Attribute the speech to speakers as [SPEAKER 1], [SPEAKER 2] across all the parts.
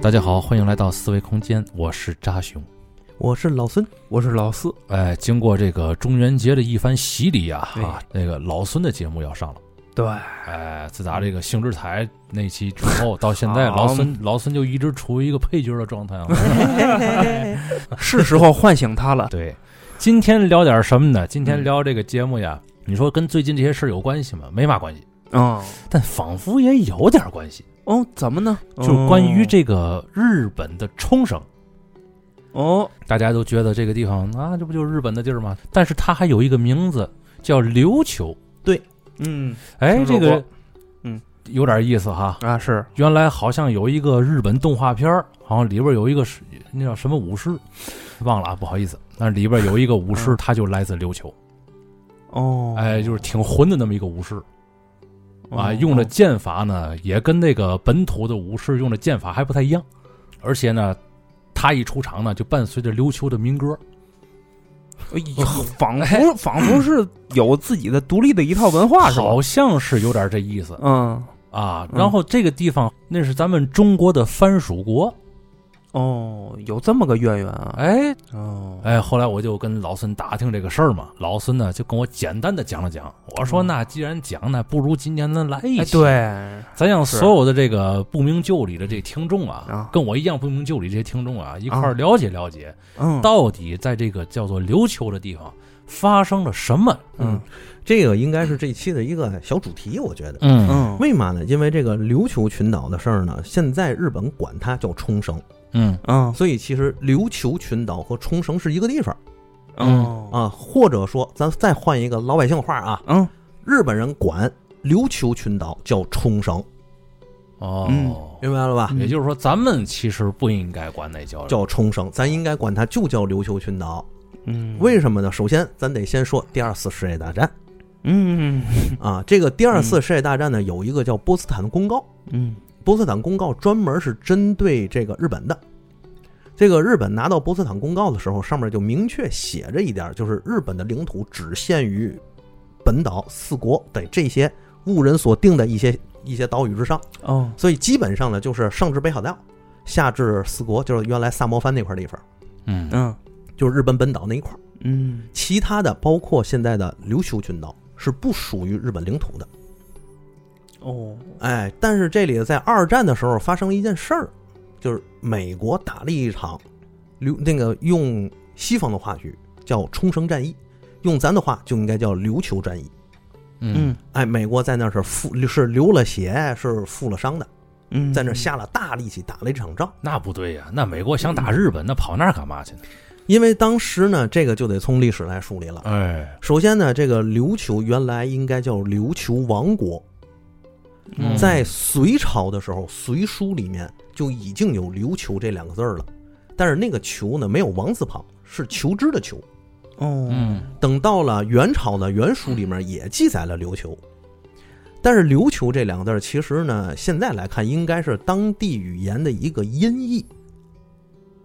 [SPEAKER 1] 大家好，欢迎来到思维空间，我是扎熊。
[SPEAKER 2] 我是老孙，
[SPEAKER 3] 我是老四，
[SPEAKER 1] 哎，经过这个中元节的一番洗礼啊，啊，那个老孙的节目要上了。
[SPEAKER 3] 对，
[SPEAKER 1] 哎，自打这个性之台那期之后，到现在老孙老孙就一直处于一个配角的状态啊。。
[SPEAKER 3] 是时候唤醒他了
[SPEAKER 1] 对，今天聊点什么呢？今天聊这个节目呀，你说跟最近这些事儿有关系吗？没嘛关系，
[SPEAKER 3] 嗯，
[SPEAKER 1] 但仿佛也有点关系，
[SPEAKER 3] 哦，怎么呢？
[SPEAKER 1] 就是关于这个日本的冲绳。
[SPEAKER 3] 哦，
[SPEAKER 1] 大家都觉得这个地方啊，这不就是日本的地儿吗？但是它还有一个名字叫琉球，
[SPEAKER 3] 嗯
[SPEAKER 1] 哎，
[SPEAKER 3] 听
[SPEAKER 1] 这
[SPEAKER 3] 说过
[SPEAKER 1] 个，
[SPEAKER 3] 嗯，
[SPEAKER 1] 有点意思哈。
[SPEAKER 3] 啊是，
[SPEAKER 1] 原来好像有一个日本动画片儿，好像里边有一个是那叫什么武士，忘了啊，不好意思。但是里边有一个武士，他就来自琉球，
[SPEAKER 3] 嗯哦，
[SPEAKER 1] 哎，就是挺混的那么一个武士啊，
[SPEAKER 3] 哦
[SPEAKER 1] 用的剑法呢也跟那个本土的武士用的剑法还不太一样，而且呢，他一出场呢就伴随着琉球的民歌，
[SPEAKER 3] 哎呦 仿佛仿佛是有自己的独立的一套文化是吧？
[SPEAKER 1] 好像是有点这意思
[SPEAKER 3] 嗯，
[SPEAKER 1] 啊。
[SPEAKER 3] 嗯
[SPEAKER 1] 然后这个地方那是咱们中国的藩属国，
[SPEAKER 3] 哦，有这么个渊源啊。
[SPEAKER 1] 哎，
[SPEAKER 3] 哦，
[SPEAKER 1] 哎，后来我就跟老孙打听这个事儿嘛，老孙呢就跟我简单的讲了讲。我说
[SPEAKER 3] 嗯
[SPEAKER 1] 那既然讲呢，不如今年咱来一
[SPEAKER 3] 哎，
[SPEAKER 1] 期，，
[SPEAKER 3] 对，
[SPEAKER 1] 咱让
[SPEAKER 3] 是
[SPEAKER 1] 所有的这个不明就里的这听众啊
[SPEAKER 3] 啊，
[SPEAKER 1] 跟我一样不明就里这些听众啊，一块儿
[SPEAKER 3] 啊
[SPEAKER 1] 了解了解，
[SPEAKER 3] 嗯，
[SPEAKER 1] 到底在这个叫做琉球的地方发生了什么？
[SPEAKER 3] 嗯
[SPEAKER 2] 这个应该是这一期的一个小主题，我觉得。
[SPEAKER 1] 嗯
[SPEAKER 3] 嗯
[SPEAKER 2] 为嘛呢？因为这个琉球群岛的事儿呢，现在日本管它叫冲绳，
[SPEAKER 1] 嗯
[SPEAKER 3] 嗯
[SPEAKER 2] 所以其实琉球群岛和冲绳是一个地方
[SPEAKER 3] 嗯
[SPEAKER 2] 啊，或者说咱再换一个老百姓话啊，
[SPEAKER 3] 嗯
[SPEAKER 2] 日本人管琉球群岛叫冲绳，
[SPEAKER 1] 哦
[SPEAKER 3] 嗯，
[SPEAKER 2] 明白了吧？
[SPEAKER 3] 嗯
[SPEAKER 1] 也就是说，咱们其实不应该管那叫
[SPEAKER 2] 叫冲绳，咱应该管它就叫琉球群岛。
[SPEAKER 3] 嗯，
[SPEAKER 2] 为什么呢？首先，咱得先说第二次世界大战
[SPEAKER 3] 嗯
[SPEAKER 2] 啊，这个第二次世界大战呢，有一个叫波茨坦公告。
[SPEAKER 3] 嗯
[SPEAKER 2] 波茨坦公告专门是针对这个日本的。这个日本拿到波茨坦公告的时候，上面就明确写着一点儿，就是日本的领土只限于本岛四国的这些物人所定的一些一些岛屿之上，
[SPEAKER 3] 哦
[SPEAKER 2] 所以基本上呢就是上至北海道，下至四国，就是原来萨摩藩那块地方，
[SPEAKER 1] 嗯
[SPEAKER 3] 嗯
[SPEAKER 2] 就是日本本岛那一块儿，
[SPEAKER 3] 嗯
[SPEAKER 2] 其他的包括现在的琉球群岛是不属于日本领土的。
[SPEAKER 3] 哦
[SPEAKER 2] 哎，但是这里在二战的时候发生了一件事儿，就是美国打了一场琉那个用西方的话语叫冲绳战役，用咱的话就应该叫琉球战役。
[SPEAKER 1] 嗯
[SPEAKER 3] 嗯
[SPEAKER 2] 哎，美国在那儿是负是流了血，是负了伤的，
[SPEAKER 3] 嗯，
[SPEAKER 2] 在那儿下了大力气打了一场仗。
[SPEAKER 1] 那不对呀、那美国想打日
[SPEAKER 2] 嗯
[SPEAKER 1] 本，那跑那儿干嘛去呢？
[SPEAKER 2] 因为当时呢，这个就得从历史来梳理了。
[SPEAKER 1] 哎，
[SPEAKER 2] 首先呢，这个琉球原来应该叫琉球王国，
[SPEAKER 3] 嗯
[SPEAKER 2] 在隋朝的时候，《隋书》里面就已经有“琉球”这两个字儿了，但是那个“球”呢，没有王字旁，是求知的“求
[SPEAKER 3] 哦
[SPEAKER 1] 嗯”。
[SPEAKER 2] 等到了元朝的《元书》里面也记载了琉球，但是“琉球”这两个字儿，其实呢，现在来看应该是当地语言的一个音译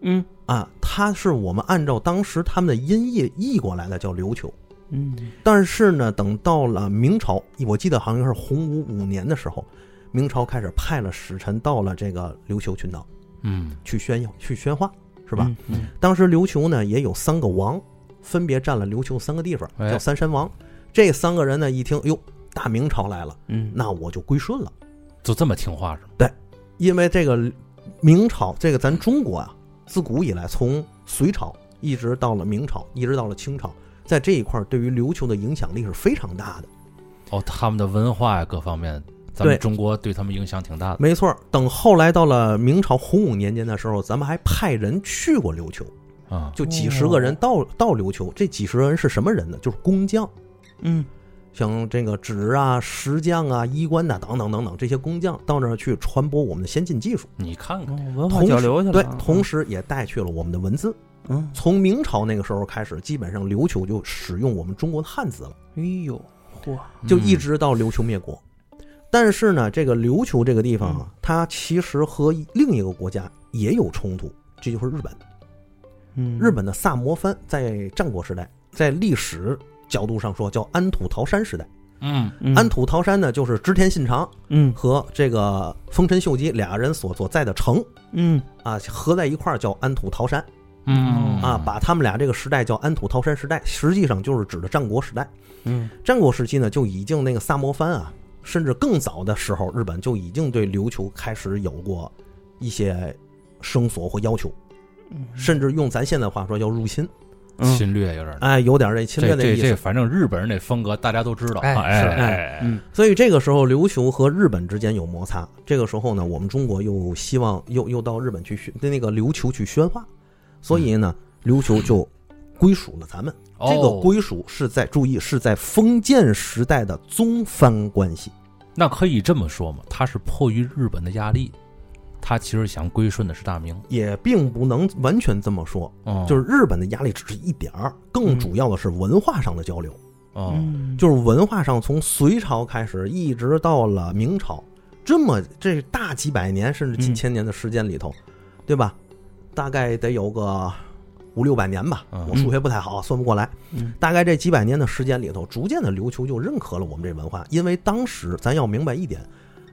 [SPEAKER 3] 嗯
[SPEAKER 2] 啊，它是我们按照当时他们的音译译过来的，叫琉球。
[SPEAKER 3] 嗯
[SPEAKER 2] 但是呢，等到了明朝，我记得好像是洪武五年的时候，明朝开始派了使臣到了这个琉球群岛
[SPEAKER 1] 嗯
[SPEAKER 2] 去宣扬、去宣化，是吧？？
[SPEAKER 3] 嗯
[SPEAKER 2] 当时琉球呢也有三个王，分别占了琉球三个地方，
[SPEAKER 1] 哎
[SPEAKER 2] 叫三山王。这三个人呢一听，哟，大明朝来了，
[SPEAKER 3] 嗯，
[SPEAKER 2] 那我就归顺了，
[SPEAKER 1] 就这么听话是吗？
[SPEAKER 2] 因为这个明朝，这个咱中国啊，自古以来从隋朝一直到了明朝，一直到了清朝，在这一块儿对于琉球的影响力是非常大的。
[SPEAKER 1] 哦，他们的文化呀，各方面，咱们
[SPEAKER 2] 对
[SPEAKER 1] 中国对他们影响挺大的。
[SPEAKER 2] 没错儿，等后来到了明朝洪武年间的时候，咱们还派人去过琉球，
[SPEAKER 1] 啊，
[SPEAKER 2] 就几十个人到到琉球。这几十个人是什么人呢？就是工匠，
[SPEAKER 3] 嗯
[SPEAKER 2] 像这个纸啊、石匠啊、衣冠呐、等等等等这些工匠到那儿去传播我们的先进技术，
[SPEAKER 1] 你看看，
[SPEAKER 3] 哦文化
[SPEAKER 2] 同
[SPEAKER 3] 交
[SPEAKER 2] 时
[SPEAKER 3] 流去了，啊
[SPEAKER 2] 对，同时也带去了我们的文字。
[SPEAKER 3] 嗯，
[SPEAKER 2] 从明朝那个时候开始，基本上琉球就使用我们中国的汉字了。
[SPEAKER 3] 哎呦，嚯，
[SPEAKER 1] 嗯
[SPEAKER 2] 就一直到琉球灭国。但是呢，这个琉球这个地方啊，它其实和另一个国家也有冲突，这就是日本。
[SPEAKER 3] 嗯，
[SPEAKER 2] 日本的萨摩藩在战国时代，在历史角度上说叫安土桃山时代，
[SPEAKER 1] 嗯
[SPEAKER 3] 嗯
[SPEAKER 2] 安土桃山呢，就是织田信长
[SPEAKER 3] 嗯
[SPEAKER 2] 和这个丰臣秀吉俩人所所在的城
[SPEAKER 3] 嗯
[SPEAKER 2] 啊合在一块儿叫安土桃山
[SPEAKER 1] 嗯
[SPEAKER 2] 啊，把他们俩这个时代叫安土桃山时代，实际上就是指的战国时代。
[SPEAKER 3] 嗯
[SPEAKER 2] 战国时期呢，就已经那个萨摩藩啊，甚至更早的时候，日本就已经对琉球开始有过一些绳索或要求，
[SPEAKER 1] 嗯
[SPEAKER 2] 甚至用咱现在话说叫入侵，
[SPEAKER 3] 嗯
[SPEAKER 1] 侵略有点儿。
[SPEAKER 2] 哎，有点这侵略
[SPEAKER 1] 这
[SPEAKER 2] 的
[SPEAKER 1] 这
[SPEAKER 2] 意
[SPEAKER 1] 这，
[SPEAKER 2] 思。
[SPEAKER 1] 反正日本人那风格大家都知道，
[SPEAKER 3] 哎
[SPEAKER 1] 啊哎
[SPEAKER 3] 是
[SPEAKER 1] 哎哎，
[SPEAKER 3] 嗯
[SPEAKER 2] 所以这个时候，琉球和日本之间有摩擦。这个时候呢，我们中国又希望又又到日本去宣那个琉球去宣化，所以呢，琉球就归属了咱们。这个
[SPEAKER 1] 哦
[SPEAKER 2] 归属是在注意是在封建时代的宗藩关系。
[SPEAKER 1] 那可以这么说嘛，他是迫于日本的压力，他其实想归顺的是大明，
[SPEAKER 2] 也并不能完全这么说，
[SPEAKER 1] 嗯，
[SPEAKER 2] 就是日本的压力只是一点儿，更主要的是文化上的交流，
[SPEAKER 1] 嗯
[SPEAKER 2] 就是文化上从隋朝开始一直到了明朝，这么这大几百年甚至近千年的时间里头，对吧？大概得有个五六百年吧，
[SPEAKER 1] 嗯
[SPEAKER 2] 我数学不太好，算不过来。
[SPEAKER 3] 嗯
[SPEAKER 2] 大概这几百年的时间里头，逐渐的琉球就认可了我们这文化，因为当时咱要明白一点，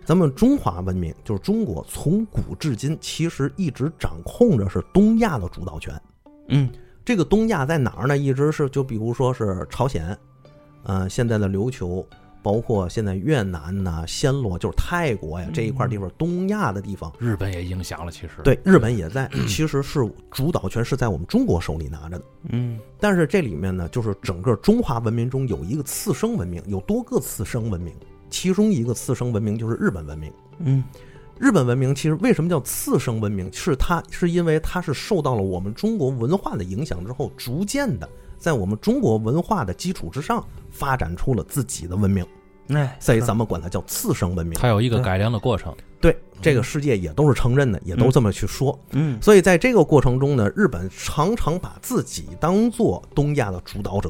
[SPEAKER 2] 咱们中华文明就是中国从古至今，其实一直掌控着是东亚的主导权。
[SPEAKER 3] 嗯
[SPEAKER 2] 这个东亚在哪儿呢？一直是就比如说是朝鲜，呃，现在的琉球，包括现在越南呐、暹罗，就是泰国呀这一块地方，东亚的地方，
[SPEAKER 1] 日本也影响了，其实，
[SPEAKER 2] 对日本也在，其实是主导权是在我们中国手里拿着的。
[SPEAKER 3] 嗯
[SPEAKER 2] 但是这里面呢，就是整个中华文明中有一个次生文明，有多个次生文明，其中一个次生文明就是日本文明。
[SPEAKER 3] 嗯
[SPEAKER 2] 日本文明其实为什么叫次生文明？是它是因为它是受到了我们中国文化的影响之后，逐渐的在我们中国文化的基础之上发展出了自己的文明，
[SPEAKER 3] 哎，
[SPEAKER 2] 所以咱们管它叫次生文明。
[SPEAKER 1] 它有一个改良的过程，
[SPEAKER 2] 对这个世界也都是承认的，也都这么去说。
[SPEAKER 3] 嗯
[SPEAKER 2] 所以在这个过程中呢，日本常常把自己当做东亚的主导者，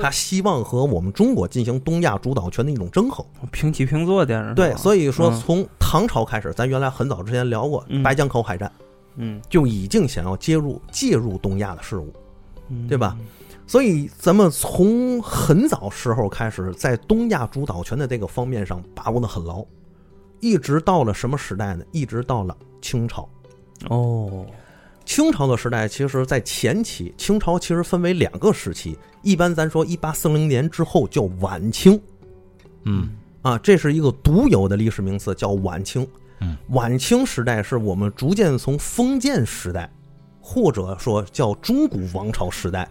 [SPEAKER 2] 他希望和我们中国进行东亚主导权的一种争衡。
[SPEAKER 3] 平起平坐点儿
[SPEAKER 2] 对，所以说
[SPEAKER 3] 嗯
[SPEAKER 2] 从唐朝开始，咱原来很早之前聊过
[SPEAKER 3] 嗯
[SPEAKER 2] 白江口海战，
[SPEAKER 3] 嗯
[SPEAKER 2] 就已经想要介入介入东亚的事务。
[SPEAKER 3] 嗯
[SPEAKER 2] 对吧？所以咱们从很早时候开始，在东亚主导权的这个方面上把握的很牢，一直到了什么时代呢？一直到了清朝。
[SPEAKER 3] 哦，
[SPEAKER 2] 清朝的时代，其实在前期，清朝其实分为两个时期。一般咱说一八四零年之后叫晚清
[SPEAKER 1] 嗯
[SPEAKER 2] 啊，这是一个独有的历史名词，叫晚清
[SPEAKER 1] 嗯。
[SPEAKER 2] 晚清时代是我们逐渐从封建时代，或者说叫中古王朝时代，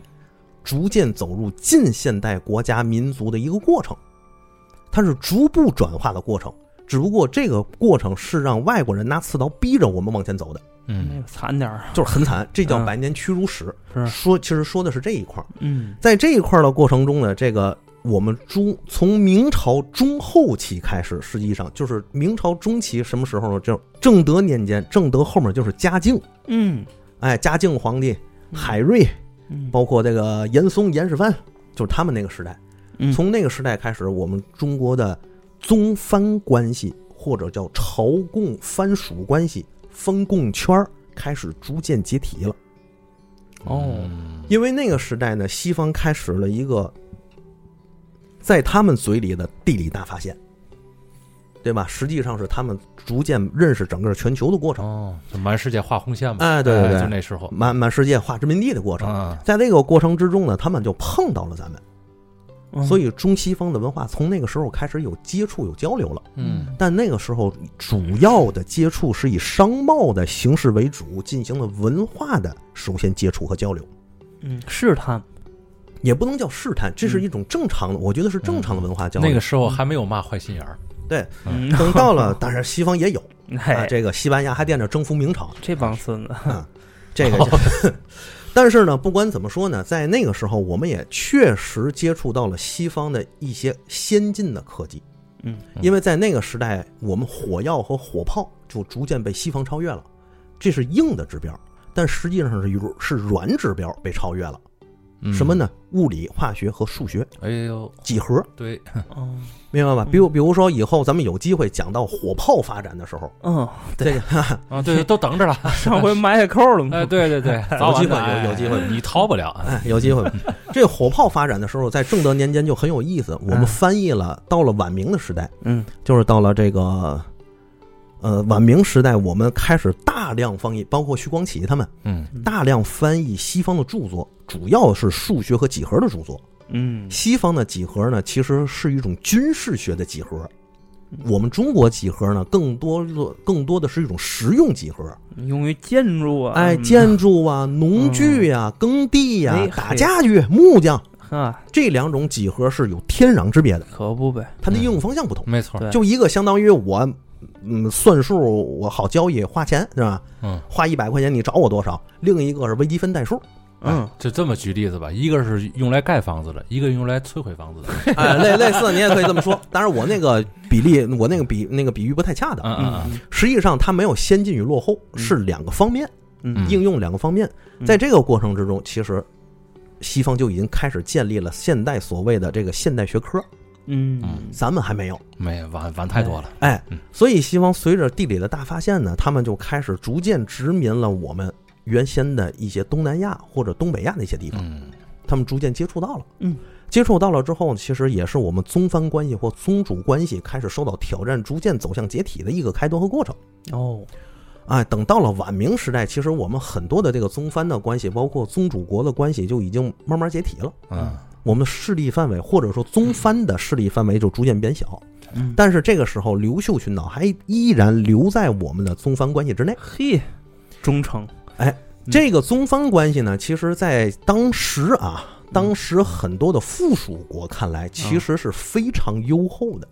[SPEAKER 2] 逐渐走入近现代国家民族的一个过程，它是逐步转化的过程。只不过这个过程是让外国人拿刺刀逼着我们往前走的，
[SPEAKER 1] 嗯，
[SPEAKER 3] 惨点儿
[SPEAKER 2] 就是很惨，这叫
[SPEAKER 3] 嗯
[SPEAKER 2] 百年屈辱史。
[SPEAKER 3] 是，
[SPEAKER 2] 说其实说的是这一块儿，
[SPEAKER 3] 嗯
[SPEAKER 2] 在这一块儿的过程中呢，这个我们中从明朝中后期开始，实际上就是明朝中期什么时候呢？就正德年间，正德后面就是嘉靖，
[SPEAKER 3] 嗯，
[SPEAKER 2] 哎，嘉靖皇帝、海瑞，
[SPEAKER 3] 嗯
[SPEAKER 2] 包括这个严嵩、严世蕃，就是他们那个时代。
[SPEAKER 3] 嗯
[SPEAKER 2] 从那个时代开始，我们中国的宗藩关系或者叫朝贡藩属关系、分贡圈儿开始逐渐解体了。
[SPEAKER 3] 哦
[SPEAKER 1] 嗯
[SPEAKER 2] 因为那个时代呢，西方开始了一个在他们嘴里的地理大发现，对吧？实际上是他们逐渐认识整个全球的过程，
[SPEAKER 1] 哦，就满世界画红线嘛，
[SPEAKER 2] 哎对对对嗯
[SPEAKER 1] 就那时候，
[SPEAKER 2] 满满世界划殖民地的过程。
[SPEAKER 1] 啊，
[SPEAKER 2] 在这个过程之中呢，他们就碰到了咱们，
[SPEAKER 3] 嗯
[SPEAKER 2] 所以中西方的文化从那个时候开始有接触、有交流了。
[SPEAKER 1] 嗯
[SPEAKER 2] 但那个时候主要的接触是以商贸的形式为主，进行了文化的首先接触和交流。
[SPEAKER 3] 嗯试探，
[SPEAKER 2] 也不能叫试探，这是一种正常的，我觉得是正常的文化交流。
[SPEAKER 1] 那个时候还没有骂坏心眼儿， 嗯
[SPEAKER 2] 等到了，当然西方也有啊，
[SPEAKER 3] 哎，
[SPEAKER 2] 这个西班牙还惦着征服 明朝，啊
[SPEAKER 3] 这帮孙子，
[SPEAKER 2] 这个就。 但是呢，不管怎么说呢，在那个时候，我们也确实接触到了西方的一些先进的科技，
[SPEAKER 3] 嗯
[SPEAKER 2] 因为在那个时代，我们火药和火炮就逐渐被西方超越了，这是硬的指标，但实际上是是软指标被超越了。
[SPEAKER 1] 嗯
[SPEAKER 2] 什么？呢？物理、化学和数学
[SPEAKER 1] 哎呦，
[SPEAKER 2] 几何，
[SPEAKER 1] 对，
[SPEAKER 3] 嗯
[SPEAKER 2] 明白吧？
[SPEAKER 3] 嗯
[SPEAKER 2] 比如，比如说以后咱们有机会讲到火炮发展的时候，
[SPEAKER 3] 嗯，
[SPEAKER 2] 这个
[SPEAKER 1] 啊，对，都等着了。
[SPEAKER 3] 上回埋下扣了
[SPEAKER 1] 哎，
[SPEAKER 3] 嘛，
[SPEAKER 1] 对对对，早晚
[SPEAKER 2] 有机会
[SPEAKER 1] 的哎
[SPEAKER 2] 有有机会
[SPEAKER 1] 你逃不了。哎
[SPEAKER 2] 哎，有机会吧。
[SPEAKER 3] 嗯
[SPEAKER 2] 这火炮发展的时候，在正德年间就很有意思。我们翻译了，到了晚明的时代，
[SPEAKER 3] 嗯
[SPEAKER 2] 就是到了这个，呃，晚明时代，我们开始大量翻译，包括徐光启他们
[SPEAKER 1] 嗯
[SPEAKER 2] 大量翻译西方的著作，主要是数学和几何的著作。
[SPEAKER 3] 嗯
[SPEAKER 2] 西方的几何呢，其实是一种军事学的几何。
[SPEAKER 3] 嗯
[SPEAKER 2] 我们中国几何呢，更多做更多的是一种实用几
[SPEAKER 3] 嗯
[SPEAKER 2] 何，
[SPEAKER 3] 用于建筑啊，
[SPEAKER 2] 哎，
[SPEAKER 3] 嗯
[SPEAKER 2] 建筑啊、农具呀、耕地呀、
[SPEAKER 3] 哎
[SPEAKER 2] 打
[SPEAKER 3] 嘿
[SPEAKER 2] 家具、木匠
[SPEAKER 3] 哈，
[SPEAKER 2] 这两种几何是有天壤之别的，
[SPEAKER 3] 可不呗，
[SPEAKER 2] 它的应用方向不同。
[SPEAKER 1] 没错，
[SPEAKER 3] 嗯对
[SPEAKER 2] 就一个相当于我，嗯，算数我好交易，花钱是吧？
[SPEAKER 1] 嗯，
[SPEAKER 2] 花一百块钱你找我多少？另一个是微积分 代数，
[SPEAKER 3] 嗯
[SPEAKER 1] 哎，就这么举例子吧，一个是用来盖房子的，一个用来摧毁房子的。
[SPEAKER 2] 哎，类类似你也可以这么说。当然我那个比例，我那个比那个比喻不太恰当。
[SPEAKER 1] 嗯嗯
[SPEAKER 3] 嗯
[SPEAKER 2] 实际上它没有先进与落后，
[SPEAKER 3] 嗯
[SPEAKER 2] 是两个方面，
[SPEAKER 3] 嗯
[SPEAKER 2] 应用两个方面。
[SPEAKER 3] 嗯
[SPEAKER 2] 在这个过程之中，其实西方就已经开始建立了现代所谓的这个现代学科，
[SPEAKER 3] 嗯
[SPEAKER 1] 嗯
[SPEAKER 2] 咱们还没有。
[SPEAKER 1] 嗯，没晚晚太多了。
[SPEAKER 2] 哎
[SPEAKER 1] 嗯，
[SPEAKER 2] 所以西方随着地理的大发现呢，他们就开始逐渐殖民了我们原先的一些东南亚或者东北亚的一些地方，
[SPEAKER 1] 嗯
[SPEAKER 2] 他们逐渐接触到了。
[SPEAKER 3] 嗯，
[SPEAKER 2] 接触到了之后，其实也是我们宗藩关系或宗主关系开始受到挑战，逐渐走向解体的一个开端和过程。
[SPEAKER 3] 哦，
[SPEAKER 2] 哎，等到了晚明时代，其实我们很多的这个宗藩的关系，包括宗主国的关系，就已经慢慢解体了。
[SPEAKER 1] 嗯，
[SPEAKER 2] 我们的势力范围或者说宗藩的势力范围就逐渐变小。
[SPEAKER 3] 嗯
[SPEAKER 2] 但是这个时候，刘秀群岛还依然留在我们的宗藩关系之内。
[SPEAKER 3] 嘿，忠诚，嗯
[SPEAKER 2] 这个宗藩关系呢，其实在当时啊，当时很多的附属国看来，其实是非常优厚的。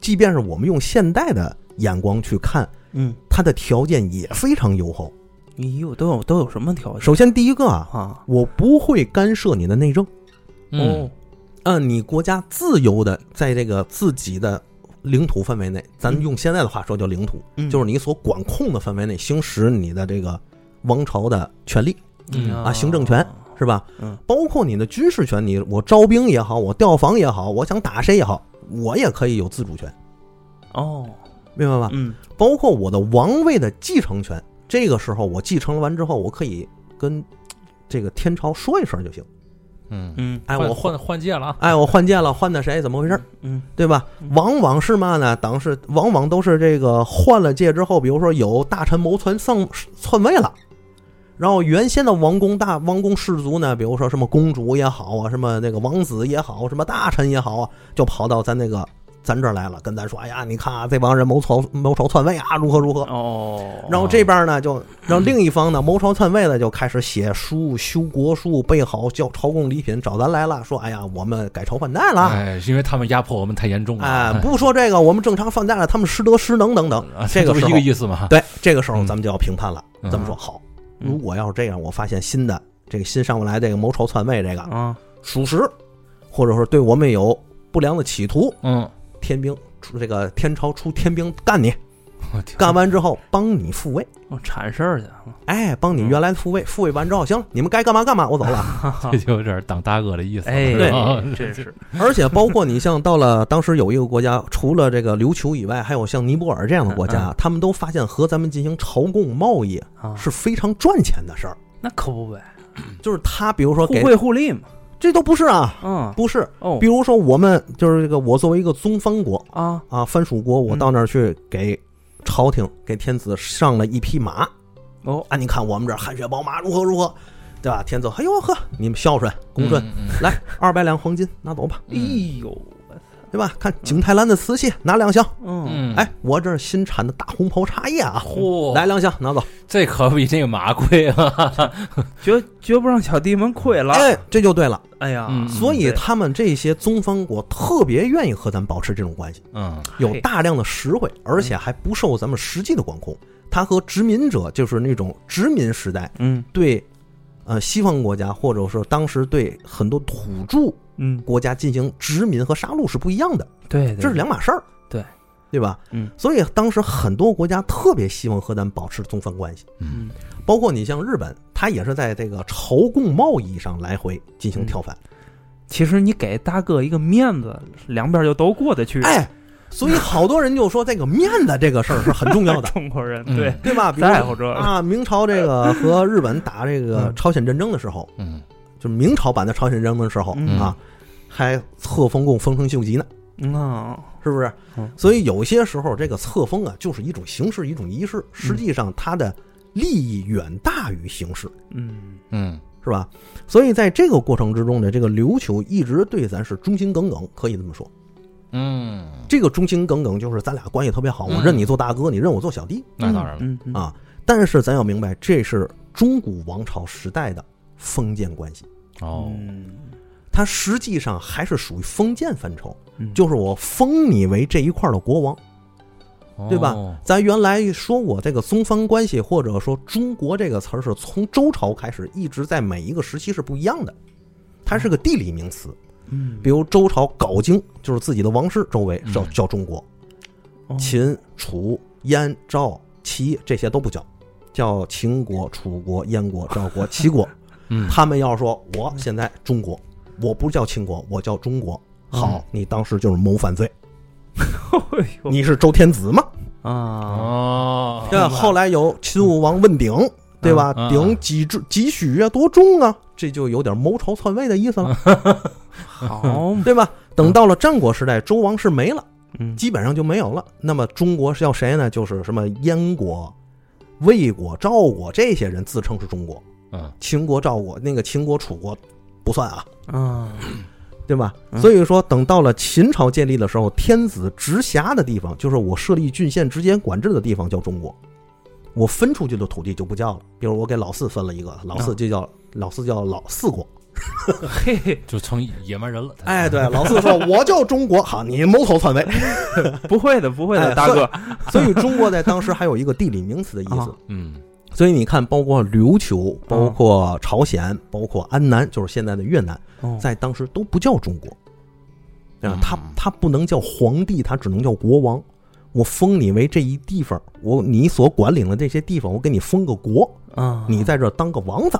[SPEAKER 2] 即便是我们用现代的眼光去看，
[SPEAKER 3] 嗯，
[SPEAKER 2] 它的条件也非常优厚。
[SPEAKER 3] 哎呦，都有都有什么条件
[SPEAKER 2] 首先，第一个啊，
[SPEAKER 3] 啊？
[SPEAKER 2] 我不会干涉你的内政，
[SPEAKER 1] 嗯
[SPEAKER 3] 哦，
[SPEAKER 2] 按你国家自由的在这个自己的领土范围内，咱
[SPEAKER 3] 嗯
[SPEAKER 2] 用现在的话说叫领土，
[SPEAKER 3] 嗯
[SPEAKER 2] 就是你所管控的范围内行使你的这个王朝的权利，
[SPEAKER 1] 嗯
[SPEAKER 2] 啊行政权是吧？
[SPEAKER 3] 嗯，
[SPEAKER 2] 包括你的军事权，你我招兵也好，我调防也好，我想打谁也好，我也可以有自主权，
[SPEAKER 3] 哦，
[SPEAKER 2] 明白吧？
[SPEAKER 3] 嗯
[SPEAKER 2] 包括我的王位的继承权，这个时候我继承完之后，我可以跟这个天朝说一声就行。
[SPEAKER 1] 嗯，
[SPEAKER 3] 嗯
[SPEAKER 2] 哎，
[SPEAKER 1] 换
[SPEAKER 2] 我换，
[SPEAKER 1] 换换届了啊。
[SPEAKER 2] 哎，我换届了，换的谁？怎么回事？
[SPEAKER 3] 嗯
[SPEAKER 2] 对吧？往往是嘛呢？党是往往都是这个换了届之后，比如说有大臣谋篡篡篡位了，然后原先的王公大王公氏族呢，比如说什么公主也好啊，什么那个王子也好，什么大臣也好啊，就跑到咱那个咱这儿来了，跟咱说，哎呀，你看啊，这帮人谋朝谋朝篡位啊，如何如何。
[SPEAKER 3] 哦，
[SPEAKER 2] 然后这边呢，就让另一方呢谋朝篡位的就开始写书、修国书、备好叫朝贡礼品，找咱来了，说，哎呀，我们改朝换代了。
[SPEAKER 1] 哎，因为他们压迫我们太
[SPEAKER 3] 嗯
[SPEAKER 1] 严重了。
[SPEAKER 2] 哎， 不说这个，我们正常放假了，他们失德失能等
[SPEAKER 3] 嗯
[SPEAKER 2] 等。
[SPEAKER 1] 啊，
[SPEAKER 2] 这个
[SPEAKER 1] 不是
[SPEAKER 2] 时候
[SPEAKER 1] 一个意思嘛？
[SPEAKER 2] 对，这个时候
[SPEAKER 1] 嗯
[SPEAKER 2] 咱们就要评判了。
[SPEAKER 1] 嗯
[SPEAKER 2] 咱们说好，
[SPEAKER 3] 嗯
[SPEAKER 2] 如果要是这样，我发现新的这个新上过来这个谋朝篡位这个
[SPEAKER 3] 啊，
[SPEAKER 2] 属实，或者说对我们有不良的企图，
[SPEAKER 1] 嗯，
[SPEAKER 2] 天兵出这个天朝出天兵 干你，
[SPEAKER 1] 我天
[SPEAKER 2] 干完之后帮你复位，
[SPEAKER 3] 我铲事儿去啊，
[SPEAKER 2] 哎，帮你
[SPEAKER 3] 嗯
[SPEAKER 2] 原来复位，复位完之后，行了，你们该干嘛干嘛，我走了。
[SPEAKER 1] 这就有点当大哥的意思了。
[SPEAKER 3] 啊哎，
[SPEAKER 1] 是吧
[SPEAKER 3] 真是，
[SPEAKER 2] 而且包括你像到了当时有一个国家，除了这个琉球以外，还有像尼泊尔这样的国
[SPEAKER 3] 嗯
[SPEAKER 2] 家，他们都发现和咱们进行朝贡贸易。
[SPEAKER 3] 啊，
[SPEAKER 2] 是非常赚钱的事儿。
[SPEAKER 3] 那可不呗，
[SPEAKER 2] 就是他，比如说
[SPEAKER 3] 互
[SPEAKER 2] 给
[SPEAKER 3] 惠互利嘛，
[SPEAKER 2] 这都不是啊，
[SPEAKER 3] 嗯，
[SPEAKER 2] 不是。
[SPEAKER 3] 哦
[SPEAKER 2] 比如说我们就是这个，我作为一个宗藩国
[SPEAKER 3] 啊，
[SPEAKER 2] 啊，藩属国，我
[SPEAKER 3] 嗯
[SPEAKER 2] 到那儿去给朝廷、给天子上了一匹马
[SPEAKER 3] 哦，
[SPEAKER 2] 啊，你看我们这儿汗血宝马如何如何，对吧？天子，哎呦呵，你们孝顺公正，，
[SPEAKER 1] 嗯
[SPEAKER 2] 来二百两黄金拿走吧，
[SPEAKER 3] 哎
[SPEAKER 1] 嗯
[SPEAKER 3] 呦，
[SPEAKER 2] 对吧？看景泰蓝的瓷器拿两箱，
[SPEAKER 3] 嗯，
[SPEAKER 1] 嗯，嗯，
[SPEAKER 2] 哎，我这儿新产的大红袍茶叶啊，
[SPEAKER 1] 嚯，
[SPEAKER 2] 来两箱拿走，
[SPEAKER 1] 这可比那个马贵啊！
[SPEAKER 3] 绝绝不让小弟们亏了，
[SPEAKER 2] 哎，这就对了。
[SPEAKER 3] 哎呀，
[SPEAKER 1] 嗯
[SPEAKER 2] 所以
[SPEAKER 3] 对
[SPEAKER 2] 他们这些宗藩国特别愿意和咱保持这种关系。
[SPEAKER 1] 嗯
[SPEAKER 2] 有大量的实惠，
[SPEAKER 3] 嗯
[SPEAKER 2] 而且还不受咱们实际的管控。它和殖民者就是那种殖民时代
[SPEAKER 3] 嗯
[SPEAKER 2] 对，呃，西方国家或者说当时对很多土著
[SPEAKER 3] 嗯，
[SPEAKER 2] 国家进行殖民和杀戮是不一样的，
[SPEAKER 3] 对，对
[SPEAKER 2] 这是两码事儿。
[SPEAKER 3] 对，
[SPEAKER 2] 对吧？
[SPEAKER 3] 嗯，
[SPEAKER 2] 所以当时很多国家特别希望和咱们保持宗藩关系，
[SPEAKER 3] 嗯
[SPEAKER 2] 包括你像日本，它也是在这个朝贡贸易上来回
[SPEAKER 3] 嗯
[SPEAKER 2] 进行跳反。
[SPEAKER 3] 其实你给大哥一个面子，两边就都过得去。
[SPEAKER 2] 哎，所以好多人就说这个面子这个事儿是很重 要的，
[SPEAKER 3] 中国人
[SPEAKER 1] 嗯
[SPEAKER 3] 对
[SPEAKER 2] 对吧？比如
[SPEAKER 3] 在乎 这个，
[SPEAKER 2] 啊，明朝这个和日本打这个
[SPEAKER 3] 嗯
[SPEAKER 2] 朝鲜战争的时候，
[SPEAKER 1] 嗯
[SPEAKER 2] 就是明朝版的朝鲜战争的时候
[SPEAKER 3] 嗯
[SPEAKER 2] 啊，还册封供丰臣秀吉呢，
[SPEAKER 3] 嗯，
[SPEAKER 2] 是不是
[SPEAKER 3] 嗯？
[SPEAKER 2] 所以有些时候这个册封啊，就是一种形式，一种仪式，实际上它的利益远大于形式，
[SPEAKER 3] 嗯
[SPEAKER 1] 嗯
[SPEAKER 2] 是吧？所以在这个过程之中呢，这个琉球一直对咱是忠心耿耿，可以这么说。
[SPEAKER 1] 嗯，
[SPEAKER 2] 这个忠心耿耿就是咱俩关系特别好，我
[SPEAKER 1] 嗯
[SPEAKER 2] 认你做大哥，你认我做小弟。
[SPEAKER 1] 那当然了，
[SPEAKER 3] 嗯嗯
[SPEAKER 2] 啊但是咱要明白，这是中古王朝时代的封建关系，
[SPEAKER 1] 哦，
[SPEAKER 3] 嗯
[SPEAKER 2] 它实际上还是属于封建范畴，
[SPEAKER 3] 嗯
[SPEAKER 2] 就是我封你为这一块儿的国王。对吧
[SPEAKER 1] 哦？
[SPEAKER 2] 咱原来说我这个宗藩关系，或者说中国这个词儿，是从周朝开始，一直在每一个时期是不一样的。它是个地理名词，
[SPEAKER 3] 嗯，
[SPEAKER 2] 比如周朝镐京就是自己的王室周围叫
[SPEAKER 1] 嗯
[SPEAKER 2] 叫中国，
[SPEAKER 3] 哦
[SPEAKER 2] 秦、楚、燕、赵、齐这些都不叫，叫秦国、楚国、燕国、赵国、齐 国。
[SPEAKER 1] 嗯，
[SPEAKER 2] 他们要说我现在中国，我不叫秦国，我叫中国。好，你当时就是谋反罪，
[SPEAKER 3] 哎呦
[SPEAKER 2] 你是周天子嘛？
[SPEAKER 3] 啊，
[SPEAKER 1] 哦，
[SPEAKER 2] 对吧，后来有秦武王问鼎，对吧
[SPEAKER 1] 嗯？嗯
[SPEAKER 2] 鼎几重几许啊？多重啊？这就有点谋朝篡位的意思
[SPEAKER 1] 嗯
[SPEAKER 2] 了，
[SPEAKER 3] 好，
[SPEAKER 2] 对 吧？等到了战国时代，周王室没了，
[SPEAKER 3] 嗯
[SPEAKER 2] 基本上就没有了。那么中国是要谁呢？就是什么燕国、魏国、赵国这些人自称是中国，
[SPEAKER 1] 嗯
[SPEAKER 2] 秦国、赵国那个秦国、楚国不算啊，
[SPEAKER 3] 啊，
[SPEAKER 2] 对吧？
[SPEAKER 3] 嗯
[SPEAKER 2] 所以说，等到了秦朝建立的时候，天子直辖的地方，就是我设立郡县直接管制的地方，叫中国。我分出去的土地就不叫了，比如我给老四分了一个，老四就叫、老四叫老四国。
[SPEAKER 3] 嘿嘿，
[SPEAKER 1] 就成野蛮人了。他
[SPEAKER 2] 哎，对， 老四说我叫中国，好，你谋头篡位。
[SPEAKER 3] 不会的，不会
[SPEAKER 2] 哎
[SPEAKER 3] 的，大哥，
[SPEAKER 2] 所以中国在当时还有一个地理名词的意思
[SPEAKER 3] 啊。
[SPEAKER 1] 嗯
[SPEAKER 2] 所以你看，包括琉球，
[SPEAKER 3] 嗯
[SPEAKER 2] 包括朝鲜，包括安南，就是现在的越南，
[SPEAKER 3] 哦
[SPEAKER 2] 在当时都不叫中国，对吧
[SPEAKER 1] 嗯？
[SPEAKER 2] 他他不能叫皇帝，他只能叫国王。我封你为这一地方，我你所管领的这些地方，我给你封个国，
[SPEAKER 3] 啊，
[SPEAKER 2] 你在这儿当个王子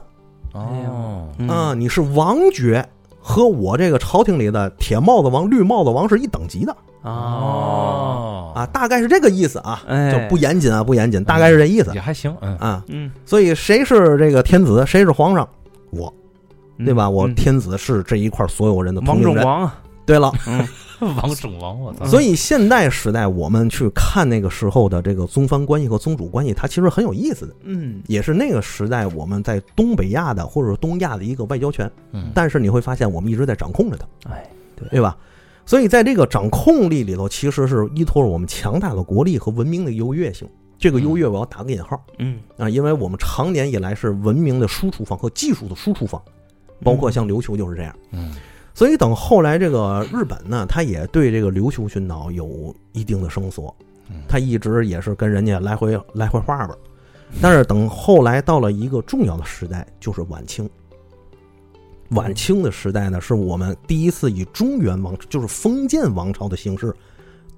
[SPEAKER 1] 哦，
[SPEAKER 3] 嗯
[SPEAKER 2] 啊，你是王爵，和我这个朝廷里的铁帽子王、绿帽子王是一等级的
[SPEAKER 3] 哦，
[SPEAKER 2] 啊，大概是这个意思啊，
[SPEAKER 3] 哎
[SPEAKER 2] 就不严谨啊，不严谨，大概是这意思
[SPEAKER 1] 也还行，嗯
[SPEAKER 2] 啊。
[SPEAKER 3] 嗯，
[SPEAKER 2] 所以谁是这个天子，谁是皇上，我
[SPEAKER 3] 嗯
[SPEAKER 2] 对吧？我
[SPEAKER 3] 嗯
[SPEAKER 2] 天子是这一块所有人的
[SPEAKER 3] 王
[SPEAKER 2] 同龄
[SPEAKER 3] 中
[SPEAKER 2] 人。
[SPEAKER 3] 王嗯啊，
[SPEAKER 2] 对了，
[SPEAKER 1] 王中王，我操，
[SPEAKER 2] 所以现代时代，我们去看那个时候的这个宗藩关系和宗主关系，它其实很有意思的，
[SPEAKER 3] 嗯
[SPEAKER 2] 也是那个时代我们在东北亚的或者东亚的一个外交权。
[SPEAKER 1] 嗯
[SPEAKER 2] 但是你会发现，我们一直在掌控着它，
[SPEAKER 3] 哎，
[SPEAKER 2] 对吧？所以在这个掌控力里头，其实是依托着我们强大的国力和文明的优越性。这个优越，我要打个引号
[SPEAKER 3] 嗯，
[SPEAKER 2] 啊，因为我们常年以来是文明的输出方和技术的输出方，包括像琉球就是这样。
[SPEAKER 1] 嗯
[SPEAKER 2] 所以等后来这个日本呢，他也对这个琉球群岛有一定的声索
[SPEAKER 1] 嗯，
[SPEAKER 2] 他一直也是跟人家来回来回话吧。但是等后来到了一个重要的时代，就是晚清。晚清的时代呢，是我们第一次以中原王，就是封建王朝的形式，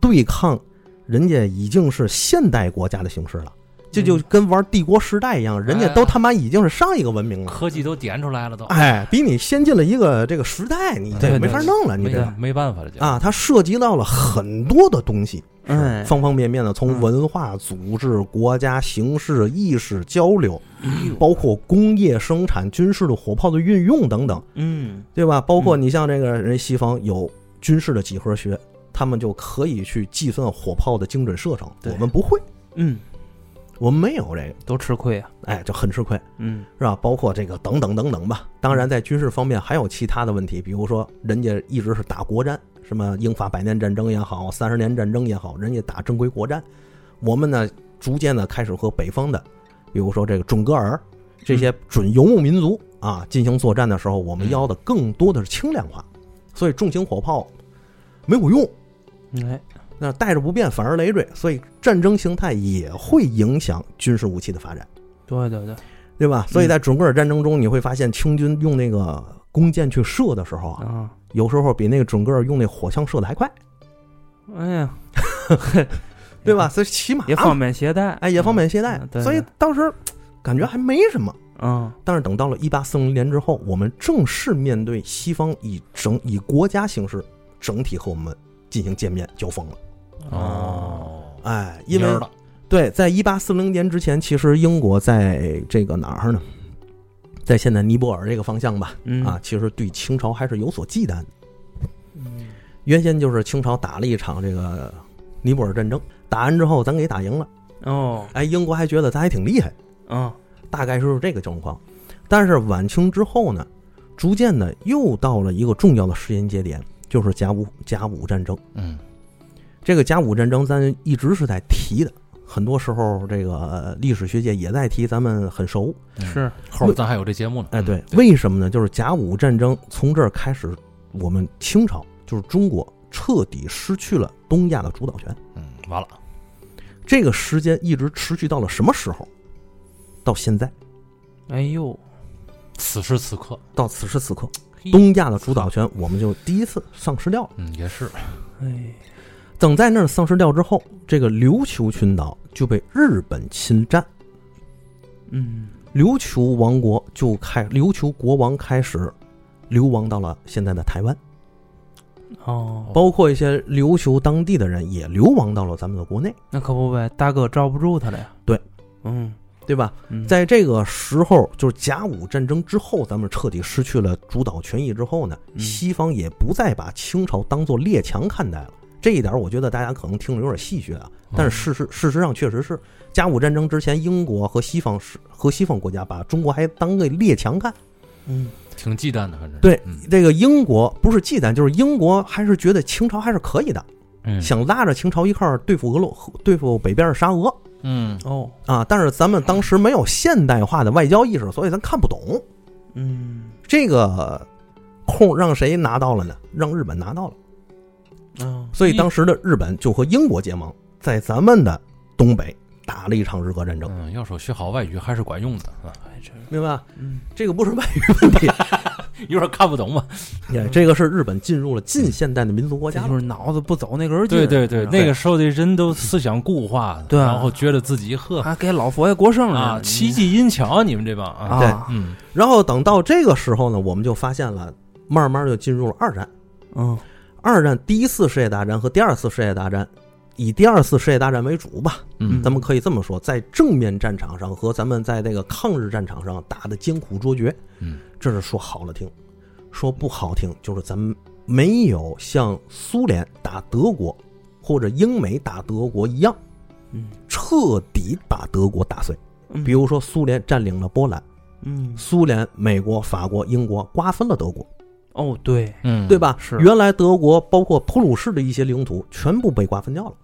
[SPEAKER 2] 对抗人家已经是现代国家的形式了。这就跟玩帝国时代一样，人家都他妈已经是上一个文明了。
[SPEAKER 1] 科技都点出来了，都
[SPEAKER 2] 哎，比你先进了一个这个时代，你这
[SPEAKER 1] 对
[SPEAKER 2] 没法弄了，你
[SPEAKER 1] 没
[SPEAKER 2] 这
[SPEAKER 1] 没办法了，就
[SPEAKER 2] 啊，它涉及到了很多的东西，
[SPEAKER 3] 哎，
[SPEAKER 2] 方方面面的，从文化、组织、国家形式、意识交流，
[SPEAKER 1] 哎
[SPEAKER 2] 包括工业生产、军事的火炮的运用等等，
[SPEAKER 3] 嗯
[SPEAKER 2] 对吧？包括
[SPEAKER 3] 嗯
[SPEAKER 2] 你像这个人西方有军事的几何学，他们就可以去计算火炮的精准射程，
[SPEAKER 3] 对
[SPEAKER 2] 我们不会，
[SPEAKER 3] 嗯，
[SPEAKER 2] 我们没有这个，
[SPEAKER 3] 多吃亏啊，
[SPEAKER 2] 哎，就很吃亏。
[SPEAKER 3] 嗯
[SPEAKER 2] 是吧？包括这个等等等等吧。当然，在军事方面还有其他的问题，比如说人家一直是打国战，什么英法百年战争也好，三十年战争也好，人家打正规国战。我们呢，逐渐的开始和北方的，比如说这个准噶尔这些准游牧民族啊进行作战的时候，我们要的更多的是轻量化，所以重型火炮没有用，
[SPEAKER 3] 哎，
[SPEAKER 2] 那带着不便反而累赘，所以战争形态也会影响军事武器的发展。
[SPEAKER 3] 对对对，
[SPEAKER 2] 对
[SPEAKER 3] 嗯
[SPEAKER 2] 吧？所以在准噶尔战争中，你会发现清军用那个弓箭去射的时候啊，
[SPEAKER 3] 啊，
[SPEAKER 2] 有时候比那个准噶尔用那火枪射的还快。
[SPEAKER 3] 哎呀，
[SPEAKER 2] 对吧？所以起码
[SPEAKER 3] 也方便携带，
[SPEAKER 2] 哎也方便携带
[SPEAKER 3] 嗯对，
[SPEAKER 2] 所以当时感觉还没什么。
[SPEAKER 3] 嗯，
[SPEAKER 2] 但是等到了一八四零年之后，我们正式面对西方以整以国家形式整体和我们进行见面交锋了。
[SPEAKER 1] 哦，
[SPEAKER 2] 哎，因为
[SPEAKER 1] 蔫儿了
[SPEAKER 2] 对，在一八四零年之前，其实英国在这个哪儿呢？在现在尼泊尔这个方向吧，
[SPEAKER 3] 嗯
[SPEAKER 2] 啊，，其实对清朝还是有所忌惮的。原先就是清朝打了一场这个尼泊尔战争，打完之后咱给打赢了，
[SPEAKER 3] 哦，
[SPEAKER 2] 哎，英国还觉得咱还挺厉害，
[SPEAKER 3] 嗯
[SPEAKER 2] 大概是这个状况。但是晚清之后呢，逐渐的又到了一个重要的时间节点，就是甲午甲午战争。
[SPEAKER 1] 嗯，
[SPEAKER 2] 这个甲午战争，咱一直是在提的，很多时候这个呃历史学界也在提，咱们很熟。
[SPEAKER 1] 嗯
[SPEAKER 3] 是，
[SPEAKER 1] 后边咱还有这节目呢。
[SPEAKER 2] 哎，
[SPEAKER 1] 嗯
[SPEAKER 2] 对，为什么呢？就是甲午战争从这儿开始，我们清朝就是中国彻底失去了东亚的主导权。
[SPEAKER 1] 嗯，完了，
[SPEAKER 2] 这个时间一直持续到了什么时候？到现在，
[SPEAKER 3] 哎呦，
[SPEAKER 1] 此时此刻，
[SPEAKER 2] 到此时此刻，
[SPEAKER 3] 嘿
[SPEAKER 2] 东亚的主导权我们就第一次丧失掉了。
[SPEAKER 1] 嗯，也是，
[SPEAKER 3] 哎，
[SPEAKER 2] 等在那儿丧失掉之后，这个琉球群岛就被日本侵占，
[SPEAKER 3] 嗯，
[SPEAKER 2] 琉球王国就开，琉球国王开始流亡到了现在的台湾，
[SPEAKER 3] 哦，
[SPEAKER 2] 包括一些琉球当地的人也流亡到了咱们的国内，
[SPEAKER 3] 那可不呗，大哥罩不住他了呀。
[SPEAKER 2] 对，
[SPEAKER 3] 嗯，
[SPEAKER 2] 对吧？
[SPEAKER 3] 嗯
[SPEAKER 2] 在这个时候，就是甲午战争之后，咱们彻底失去了主导权益之后呢，
[SPEAKER 3] 嗯
[SPEAKER 2] 西方也不再把清朝当做列强看待了。这一点，我觉得大家可能听着有点戏谑啊，但是事实事实上确实是，甲午战争之前，英国和西方是和西方国家把中国还当个列强看。
[SPEAKER 3] 嗯
[SPEAKER 1] 挺忌惮的，反正
[SPEAKER 2] 对
[SPEAKER 1] 嗯
[SPEAKER 2] 这个英国不是忌惮，就是英国还是觉得清朝还是可以的，
[SPEAKER 1] 嗯
[SPEAKER 2] 想拉着清朝一块儿对付俄罗对付北边的沙俄
[SPEAKER 1] 嗯
[SPEAKER 3] 哦
[SPEAKER 2] 啊。但是咱们当时没有现代化的外交意识，所以咱看不懂。
[SPEAKER 3] 嗯
[SPEAKER 2] 这个空让谁拿到了呢？让日本拿到了，
[SPEAKER 3] 啊，
[SPEAKER 2] 所以当时的日本就和英国结盟，在咱们的东北打了一场日俄战争，
[SPEAKER 1] 嗯，要说学好外语还是管用的啊，
[SPEAKER 3] 哎这
[SPEAKER 2] 明白吧？
[SPEAKER 3] 嗯
[SPEAKER 2] 这个不是外语问题，
[SPEAKER 1] 有点看不懂嘛。
[SPEAKER 2] 哎这个是日本进入了近现代的民族国
[SPEAKER 3] 这
[SPEAKER 2] 家
[SPEAKER 3] 就。是脑子不走那根筋
[SPEAKER 1] 对
[SPEAKER 3] 儿。啊
[SPEAKER 1] 对对，那个时候的人都思想固化，
[SPEAKER 3] 对啊
[SPEAKER 1] 然后觉得自己呵
[SPEAKER 3] 还给老佛爷过生日
[SPEAKER 1] 啊，
[SPEAKER 3] 你
[SPEAKER 1] 戚继阴巧，你们这帮啊，
[SPEAKER 3] 啊，
[SPEAKER 1] 嗯
[SPEAKER 2] 然后等到这个时候呢，我们就发现了，慢慢就进入了二战。
[SPEAKER 3] 嗯
[SPEAKER 2] 二战第一次世界大战和第二次世界大战，以第二次世界大战为主吧，
[SPEAKER 1] 嗯
[SPEAKER 2] 咱们可以这么说，在正面战场上和咱们在这个抗日战场上打的艰苦卓绝，
[SPEAKER 1] 嗯，
[SPEAKER 2] 这是说好了听，说不好听就是咱们没有像苏联打德国或者英美打德国一样，
[SPEAKER 3] 嗯
[SPEAKER 2] 彻底把德国打碎。
[SPEAKER 3] 嗯
[SPEAKER 2] 比如说，苏联占领了波兰，
[SPEAKER 3] 嗯
[SPEAKER 2] 苏联、美国、法国、英国瓜分了德国，
[SPEAKER 3] 哦对，
[SPEAKER 1] 嗯
[SPEAKER 2] 对？吧？
[SPEAKER 3] 是
[SPEAKER 2] 原来德国包括普鲁士的一些领土全部被瓜分掉了。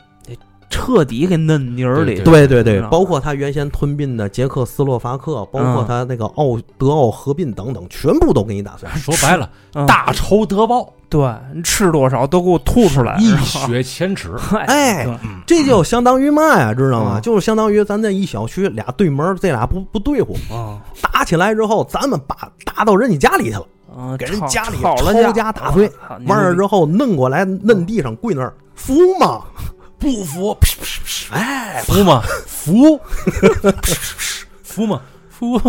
[SPEAKER 3] 彻底给嫩泥儿里。
[SPEAKER 2] 对对
[SPEAKER 3] 知
[SPEAKER 2] 对
[SPEAKER 3] 道，
[SPEAKER 2] 包括他原先吞并的捷克斯洛伐克，包括他那个奥德奥合并等等，全部都给你打碎。
[SPEAKER 1] 说白了，
[SPEAKER 3] 嗯
[SPEAKER 1] 大仇得报，
[SPEAKER 3] 对，你吃多少都给我吐出来。
[SPEAKER 1] 一
[SPEAKER 3] 是吧
[SPEAKER 1] 雪前耻。
[SPEAKER 2] 哎
[SPEAKER 3] 对
[SPEAKER 2] 这就相当于嘛呀，知道吗？
[SPEAKER 3] 嗯
[SPEAKER 2] 就是相当于咱这一小区俩对门儿，这俩不不对付，
[SPEAKER 3] 啊
[SPEAKER 2] 打起来之后，咱们把打到人家家里去了，
[SPEAKER 3] 啊，
[SPEAKER 2] 给人
[SPEAKER 3] 吵
[SPEAKER 2] 家里
[SPEAKER 3] 吵了啊
[SPEAKER 2] 抄家打碎，
[SPEAKER 3] 我操
[SPEAKER 2] 完事儿之后摁过来，摁地上跪那儿，服吗？
[SPEAKER 1] 不服，哎，服吗？ 服，服吗？ 服，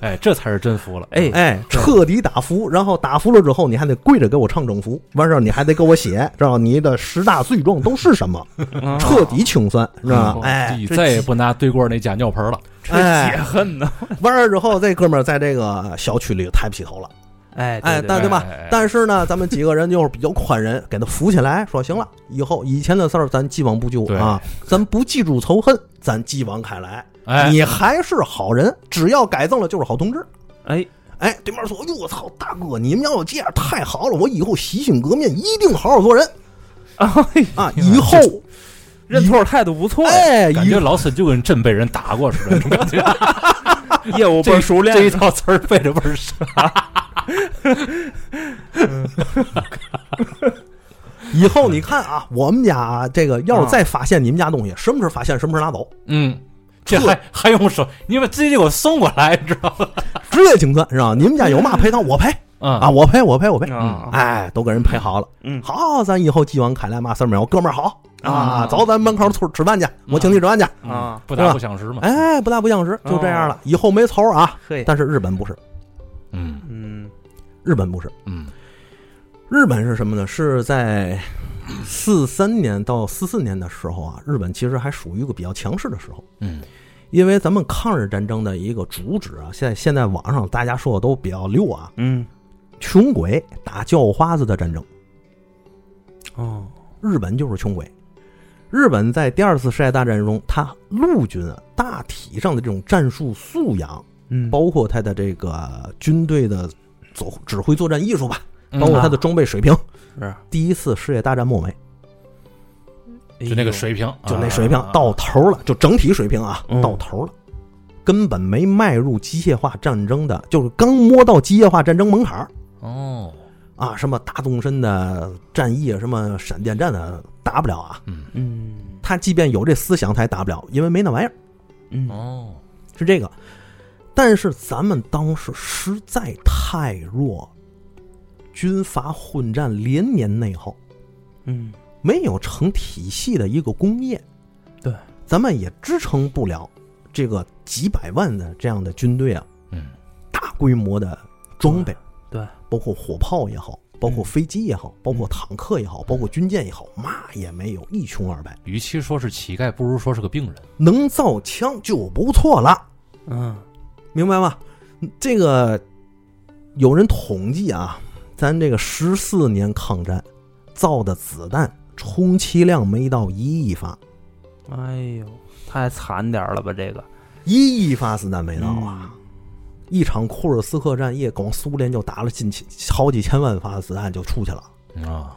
[SPEAKER 1] 哎，这才是真服了。
[SPEAKER 3] 哎
[SPEAKER 2] 哎，彻底打服，然后打服了之后，你还得跪着给我唱整服，完事儿你还得给我写，知道你的十大罪状都是什么，
[SPEAKER 3] 嗯
[SPEAKER 2] 彻底清算，是吧？
[SPEAKER 1] 啊嗯
[SPEAKER 2] 哎，
[SPEAKER 1] 你
[SPEAKER 3] 这
[SPEAKER 1] 再也不拿对罐那假尿盆了。
[SPEAKER 3] 这
[SPEAKER 2] 哎
[SPEAKER 3] 解恨呢。
[SPEAKER 2] 完事儿之后，这哥们儿在这个小区里抬不起头了，
[SPEAKER 3] 哎
[SPEAKER 2] 哎，但
[SPEAKER 1] 对
[SPEAKER 2] 对吧
[SPEAKER 1] 哎哎哎？
[SPEAKER 2] 但是呢，咱们几个人就是比较宽仁，给他扶起来，说行了，以后以前的事儿咱既往不咎
[SPEAKER 1] 对
[SPEAKER 2] 啊，咱不记住仇恨，咱继往开来，
[SPEAKER 1] 哎，
[SPEAKER 2] 你还是好人，只要改正了就是好同志。
[SPEAKER 3] 哎
[SPEAKER 2] 哎，对面说：“哟，我操，大哥，你们要有这样太好了，我以后洗心革面，一定好好做人
[SPEAKER 3] 哎，
[SPEAKER 2] 啊！
[SPEAKER 1] 天啊
[SPEAKER 2] 以后，
[SPEAKER 3] 认错态度不错呀，
[SPEAKER 2] 哎，
[SPEAKER 1] 感
[SPEAKER 2] 以
[SPEAKER 1] 觉老孙就跟真被人打过 似的，你感觉
[SPEAKER 3] 业务倍
[SPEAKER 1] 这
[SPEAKER 3] 儿熟
[SPEAKER 1] 这一
[SPEAKER 3] 练。
[SPEAKER 1] 套词儿背着倍儿熟。
[SPEAKER 2] 以后你看啊，我们家这个要
[SPEAKER 3] 啊
[SPEAKER 2] 是再发现你们家东西，什么时候发现，什么时候拿走，
[SPEAKER 1] 嗯，这还还用手？你把自己给我送过来，你知道吗？
[SPEAKER 2] 直接清算是吧？你们家有嘛赔偿我赔啊，
[SPEAKER 1] 啊，
[SPEAKER 2] 我赔我赔我赔，
[SPEAKER 3] 啊，
[SPEAKER 2] 哎，都给人赔好了。
[SPEAKER 3] 嗯
[SPEAKER 2] 好，咱以后继往开来嘛事儿没有，哥们儿好，啊，
[SPEAKER 3] 啊
[SPEAKER 2] 走咱门口吃吃饭去，我请你吃饭去。
[SPEAKER 1] 嗯
[SPEAKER 3] 啊
[SPEAKER 1] 不打不相识嘛。，
[SPEAKER 2] 哎，不大不相识，就这样了，以后没仇啊。
[SPEAKER 3] 嘿，
[SPEAKER 2] 但是日本不是，
[SPEAKER 1] 嗯
[SPEAKER 3] 嗯
[SPEAKER 2] 日本不是，
[SPEAKER 1] 嗯
[SPEAKER 2] 日本是什么呢？是在四三年到四四年的时候啊，日本其实还属于一个比较强势的时候，
[SPEAKER 1] 嗯
[SPEAKER 2] 因为咱们抗日战争的一个主旨啊，现在现在网上大家说的都比较溜啊，
[SPEAKER 3] 嗯
[SPEAKER 2] 穷鬼打叫花子的战争，
[SPEAKER 3] 哦
[SPEAKER 2] 日本就是穷鬼。日本在第二次世界大战中，它陆军啊大体上的这种战术素养，
[SPEAKER 3] 嗯
[SPEAKER 2] 包括它的这个军队的走指挥作战艺术吧，
[SPEAKER 1] 嗯
[SPEAKER 2] 包括
[SPEAKER 3] 啊
[SPEAKER 2] 它的装备水平，
[SPEAKER 3] 是
[SPEAKER 2] 第一次世界大战末尾
[SPEAKER 1] 就
[SPEAKER 3] 哎
[SPEAKER 1] 那个水平，
[SPEAKER 2] 就那
[SPEAKER 1] 啊
[SPEAKER 2] 水平
[SPEAKER 1] 啊
[SPEAKER 2] 到头了，就整体水平啊
[SPEAKER 3] 嗯
[SPEAKER 2] 到头了，根本没迈入机械化战争的，就是刚摸到机械化战争门槛儿
[SPEAKER 1] 哦，
[SPEAKER 2] 啊，什么大纵深的战役，什么闪电战的打不了啊。
[SPEAKER 1] 嗯
[SPEAKER 3] 嗯
[SPEAKER 2] 他即便有这思想，他也打不了，因为没那玩意儿，
[SPEAKER 3] 嗯
[SPEAKER 1] 哦，
[SPEAKER 2] 是这个。但是咱们当时实在太弱，军阀混战连年内耗，
[SPEAKER 3] 嗯
[SPEAKER 2] 没有成体系的一个工业，
[SPEAKER 3] 对，
[SPEAKER 2] 咱们也支撑不了这个几百万的这样的军队啊，
[SPEAKER 1] 嗯
[SPEAKER 2] 大规模的装备，
[SPEAKER 3] 对对嗯
[SPEAKER 2] 包括火炮也好，包括飞机也好，包括坦克也好，包括军舰也好，嘛也没有，一穷二白，
[SPEAKER 1] 与其说是乞丐，不如说是个病人。
[SPEAKER 2] 能造枪就不错了，
[SPEAKER 3] 嗯
[SPEAKER 2] 明白吗？这个有人统计啊，咱这个十四年抗战造的子弹充其量没到一亿发，
[SPEAKER 3] 哎呦，太惨点儿了吧这个
[SPEAKER 2] 一亿发子弹没到
[SPEAKER 3] 嗯
[SPEAKER 2] 啊！一场库尔斯克战役，光苏联就打了近千好几千万发子弹就出去了，
[SPEAKER 1] 啊，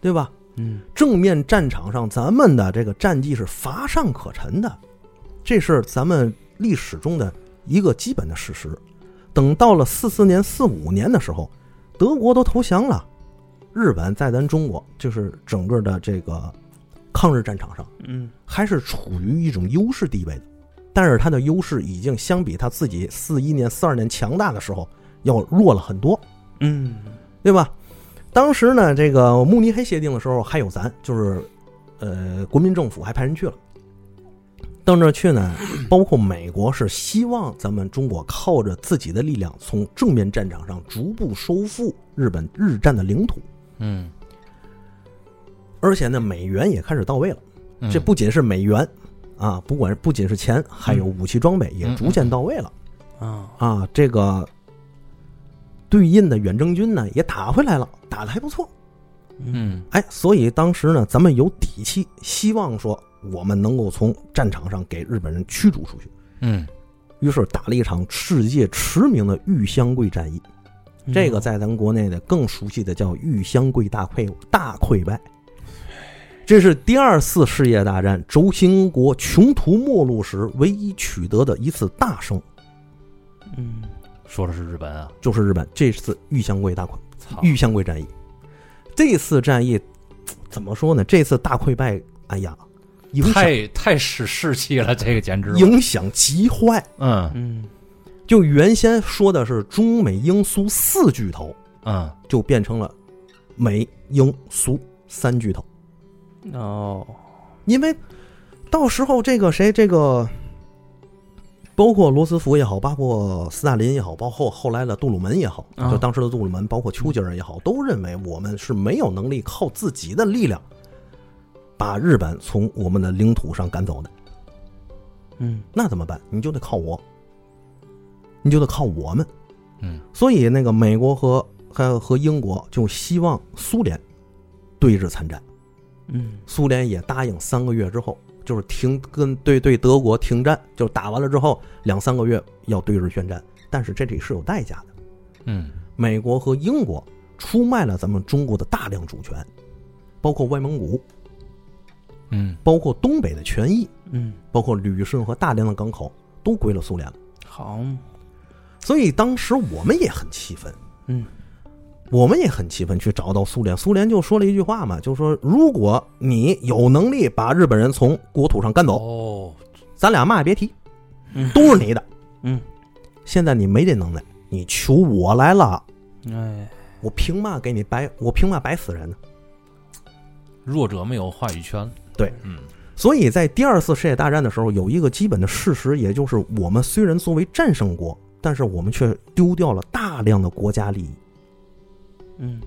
[SPEAKER 2] 对吧？
[SPEAKER 3] 嗯
[SPEAKER 2] 正面战场上，咱们的这个战绩是乏善可陈的，这是咱们历史中的一个基本的事实。等到了四四年、四五年的时候，德国都投降了，日本在咱中国就是整个的这个抗日战场上
[SPEAKER 3] 嗯
[SPEAKER 2] 还是处于一种优势地位的，但是它的优势已经相比他自己四一年、四二年强大的时候要弱了很多。
[SPEAKER 3] 嗯
[SPEAKER 2] 对吧？当时呢，这个慕尼黑协定的时候还有咱，就是呃，国民政府还派人去了。到那儿去呢，包括美国是希望咱们中国靠着自己的力量，从正面战场上逐步收复日本日占的领土，
[SPEAKER 1] 嗯，
[SPEAKER 2] 而且呢，美元也开始到位了。
[SPEAKER 1] 嗯
[SPEAKER 2] 这不仅是美元啊，不管不仅是钱，还有武器装备也逐渐到位了
[SPEAKER 3] 啊
[SPEAKER 2] 啊。这个对印的远征军呢也打回来了，打的还不错。
[SPEAKER 1] 嗯
[SPEAKER 2] 哎，所以当时呢，咱们有底气，希望说我们能够从战场上给日本人驱逐出去。
[SPEAKER 1] 嗯
[SPEAKER 2] 于是打了一场世界驰名的玉香桂战役，
[SPEAKER 3] 嗯
[SPEAKER 2] 这个在咱国内的更熟悉的叫玉香桂大溃大溃败。这是第二次世界大战轴心国穷途末路时唯一取得的一次大胜，
[SPEAKER 3] 嗯
[SPEAKER 1] 说的是日本啊，
[SPEAKER 2] 就是日本这次玉香桂大溃
[SPEAKER 1] 操，
[SPEAKER 2] 玉香桂战役。这次战役怎么说呢？这次大溃败，哎呀，影响
[SPEAKER 1] 太太使士气了，这个简直，
[SPEAKER 2] 影响极坏。
[SPEAKER 1] 嗯
[SPEAKER 3] 嗯
[SPEAKER 2] 就原先说的是中美英苏四巨头，
[SPEAKER 1] 嗯，
[SPEAKER 2] 就变成了美英苏三巨头，
[SPEAKER 3] 哦
[SPEAKER 2] 因为到时候这个谁这个。包括罗斯福也好，包括斯大林也好，包括后来的杜鲁门也好，
[SPEAKER 3] 啊
[SPEAKER 2] 就当时的杜鲁门，包括丘吉尔也好，都认为我们是没有能力靠自己的力量把日本从我们的领土上赶走的。
[SPEAKER 3] 嗯
[SPEAKER 2] 那怎么办？你就得靠我，你就得靠我们。
[SPEAKER 1] 嗯，
[SPEAKER 2] 所以那个美国和还有和英国就希望苏联对日参战，
[SPEAKER 3] 嗯
[SPEAKER 2] 苏联也答应三个月之后就是停跟对对德国停战，就打完了之后两三个月要对日宣战，但是这里是有代价的，
[SPEAKER 1] 嗯
[SPEAKER 2] 美国和英国出卖了咱们中国的大量主权，包括外蒙古，
[SPEAKER 1] 嗯，
[SPEAKER 2] 包括东北的权益，
[SPEAKER 3] 嗯
[SPEAKER 2] 包括旅顺和大连的港口都归了苏联了。
[SPEAKER 3] 好
[SPEAKER 2] 所以当时我们也很气愤，
[SPEAKER 3] 嗯，
[SPEAKER 2] 我们也很气愤，去找到苏联。苏联就说了一句话嘛，就说如果你有能力把日本人从国土上赶走，
[SPEAKER 1] 哦，
[SPEAKER 2] 咱俩嘛也别提
[SPEAKER 3] 嗯，
[SPEAKER 2] 都是你的。
[SPEAKER 3] 嗯
[SPEAKER 2] 现在你没这能耐，你求我来了，
[SPEAKER 3] 哎
[SPEAKER 2] 我凭嘛给你白，我凭嘛白死人呢？
[SPEAKER 1] 弱者没有话语权。
[SPEAKER 2] 对，
[SPEAKER 1] 嗯，
[SPEAKER 2] 所以在第二次世界大战的时候，有一个基本的事实，也就是我们虽然作为战胜国，但是我们却丢掉了大量的国家利益。
[SPEAKER 3] 嗯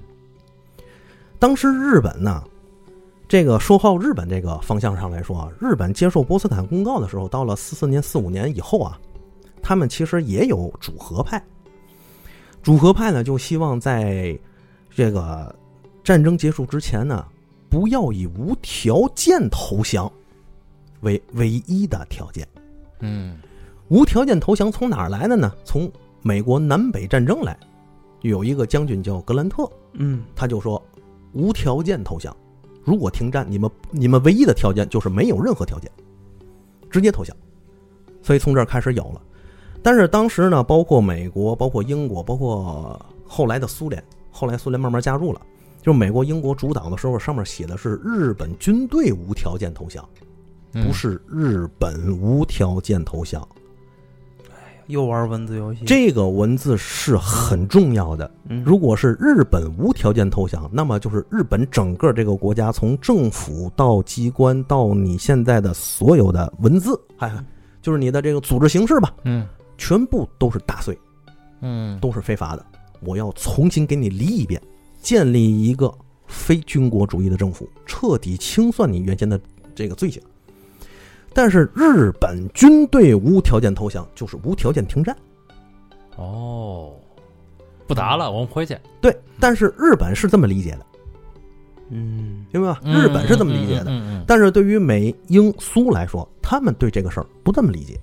[SPEAKER 2] 当时日本呢，这个说到日本这个方向上来说啊，日本接受波茨坦公告的时候，到了四四年、四五年以后啊，他们其实也有主和派。主和派呢，就希望在这个战争结束之前呢，不要以无条件投降为唯一的条件。
[SPEAKER 1] 嗯，
[SPEAKER 2] 无条件投降从哪儿来的呢？从美国南北战争来，有一个将军叫格兰特，
[SPEAKER 3] 嗯
[SPEAKER 2] 他就说无条件投降，如果停战，你们你们唯一的条件就是没有任何条件，直接投降。所以从这儿开始有了。但是当时呢，包括美国、包括英国、包括后来的苏联，后来苏联慢慢加入了。就是美国、英国主导的时候，上面写的是日本军队无条件投降，
[SPEAKER 1] 嗯
[SPEAKER 2] 不是日本无条件投降。
[SPEAKER 3] 又玩文字游戏，
[SPEAKER 2] 这个文字是很重要的，
[SPEAKER 3] 嗯
[SPEAKER 2] 如果是日本无条件投降，那么就是日本整个这个国家，从政府到机关到你现在的所有的文字，哎
[SPEAKER 3] 嗯，
[SPEAKER 2] 就是你的这个组织形式吧，
[SPEAKER 1] 嗯
[SPEAKER 2] 全部都是大罪，
[SPEAKER 1] 嗯
[SPEAKER 2] 都是非法的。我要重新给你理一遍，建立一个非军国主义的政府，彻底清算你原先的这个罪行。但是日本军队无条件投降，就是无条件停战。
[SPEAKER 1] 哦，不打了，我们回去。
[SPEAKER 2] 对，但是日本是这么理解的，
[SPEAKER 3] 嗯
[SPEAKER 2] 明白吧？日本是这么理解的。
[SPEAKER 1] 嗯嗯
[SPEAKER 2] 但是对于美英苏来说，他们对这个事儿不这么理解，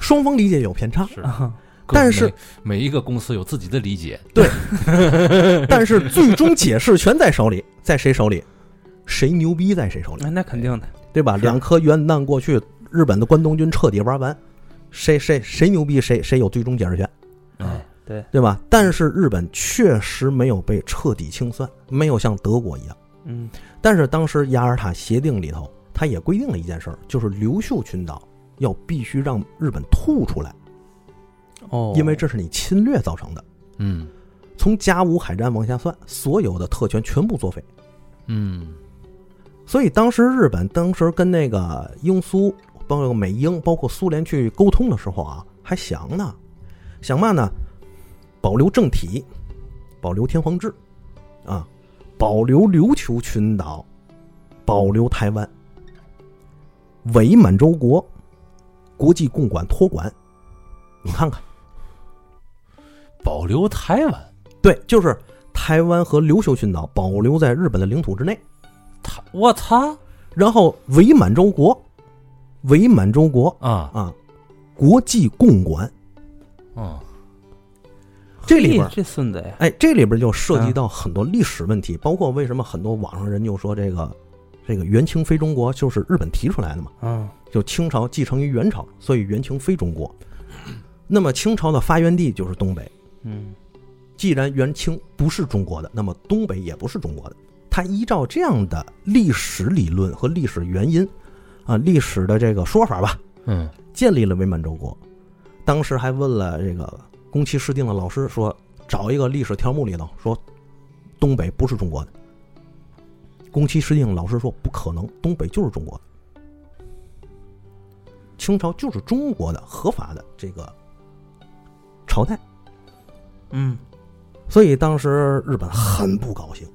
[SPEAKER 2] 双方理解有 偏差。
[SPEAKER 1] 是
[SPEAKER 3] 啊
[SPEAKER 2] 但是
[SPEAKER 1] 每每一个公司有自己的理解。
[SPEAKER 2] 但是最终解释权在手里，在谁手里？谁牛逼在谁手
[SPEAKER 3] 哎
[SPEAKER 2] 里
[SPEAKER 3] 那，那肯定的，
[SPEAKER 2] 对吧？
[SPEAKER 3] 是
[SPEAKER 2] 两颗原弹过去，日本的关东军彻底玩完，谁谁谁牛逼，谁谁有最终解释权，
[SPEAKER 1] 嗯
[SPEAKER 2] 啊
[SPEAKER 3] 哎，对，
[SPEAKER 2] 对吧？但是日本确实没有被彻底清算，没有像德国一样。
[SPEAKER 3] 嗯
[SPEAKER 2] 但是当时雅尔塔协定里头，它也规定了一件事儿，就是琉球群岛要必须让日本吐出来，
[SPEAKER 3] 哦，
[SPEAKER 2] 因为这是你侵略造成的。
[SPEAKER 1] 嗯
[SPEAKER 2] 从甲午海战往下算，所有的特权全部作废。
[SPEAKER 1] 嗯
[SPEAKER 2] 所以当时日本当时跟那个英苏，包括美英，包括苏联去沟通的时候啊，还想呢，想嘛呢？保留政体，保留天皇制，啊，保留琉球群岛，保留台湾，伪满洲国，国际共管托管，你看看，
[SPEAKER 1] 保留台湾，
[SPEAKER 2] 对，就是台湾和琉球群岛保留在日本的领土之内。
[SPEAKER 1] 他我操
[SPEAKER 2] 然后伪满洲国，伪满洲国
[SPEAKER 1] 啊
[SPEAKER 2] 啊，国际共管
[SPEAKER 1] 嗯
[SPEAKER 2] 这里边
[SPEAKER 3] 嘿
[SPEAKER 2] 儿，
[SPEAKER 3] 这孙子呀，
[SPEAKER 2] 哎，这里边就涉及到很多历史问题，包括为什么很多网上人就说这个这个元清非中国就是日本提出来的嘛，
[SPEAKER 3] 嗯
[SPEAKER 2] 就清朝继承于元朝，所以元清非中国。那么清朝的发源地就是东北，
[SPEAKER 3] 嗯
[SPEAKER 2] 既然元清不是中国的，那么东北也不是中国的。他依照这样的历史理论和历史原因，啊，历史的这个说法吧，
[SPEAKER 1] 嗯
[SPEAKER 2] 建立了伪满洲国。当时还问了这个宫崎市定的老师说，找一个历史条目里头说，东北不是中国的。宫崎市定老师说不可能，东北就是中国的，清朝就是中国的合法的这个朝代。
[SPEAKER 3] 嗯，
[SPEAKER 2] 所以当时日本很不高兴，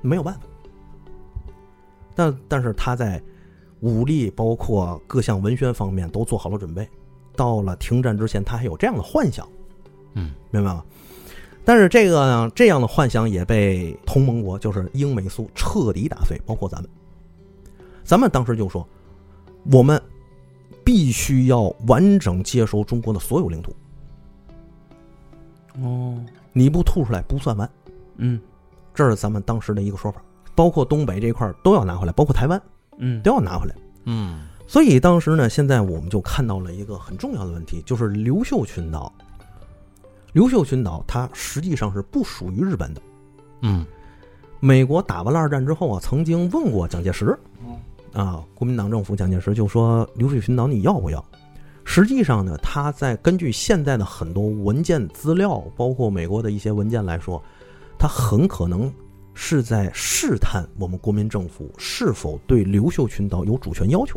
[SPEAKER 2] 没有办法。但但是他在武力包括各项文宣方面都做好了准备，到了停战之前，他还有这样的幻想，
[SPEAKER 1] 嗯，
[SPEAKER 2] 明白吗？但是这个呢，这样的幻想也被同盟国，就是英美苏彻底打碎，包括咱们。咱们当时就说，我们必须要完整接收中国的所有领土，
[SPEAKER 3] 哦，
[SPEAKER 2] 你不吐出来不算完。
[SPEAKER 3] 嗯
[SPEAKER 2] 这是咱们当时的一个说法，包括东北这块儿都要拿回来，包括台湾
[SPEAKER 3] 嗯，
[SPEAKER 2] 都要拿回来。
[SPEAKER 1] 嗯
[SPEAKER 2] 所以当时呢，现在我们就看到了一个很重要的问题，就是琉球群岛。琉球群岛它实际上是不属于日本的。
[SPEAKER 1] 嗯
[SPEAKER 2] 美国打完了二战之后啊，曾经问过蒋介石，
[SPEAKER 3] 嗯
[SPEAKER 2] 啊，国民党政府蒋介石就说琉球群岛你要不要？实际上呢，他在根据现在的很多文件资料，包括美国的一些文件来说，他很可能是在试探我们国民政府是否对刘秀群岛有主权要求。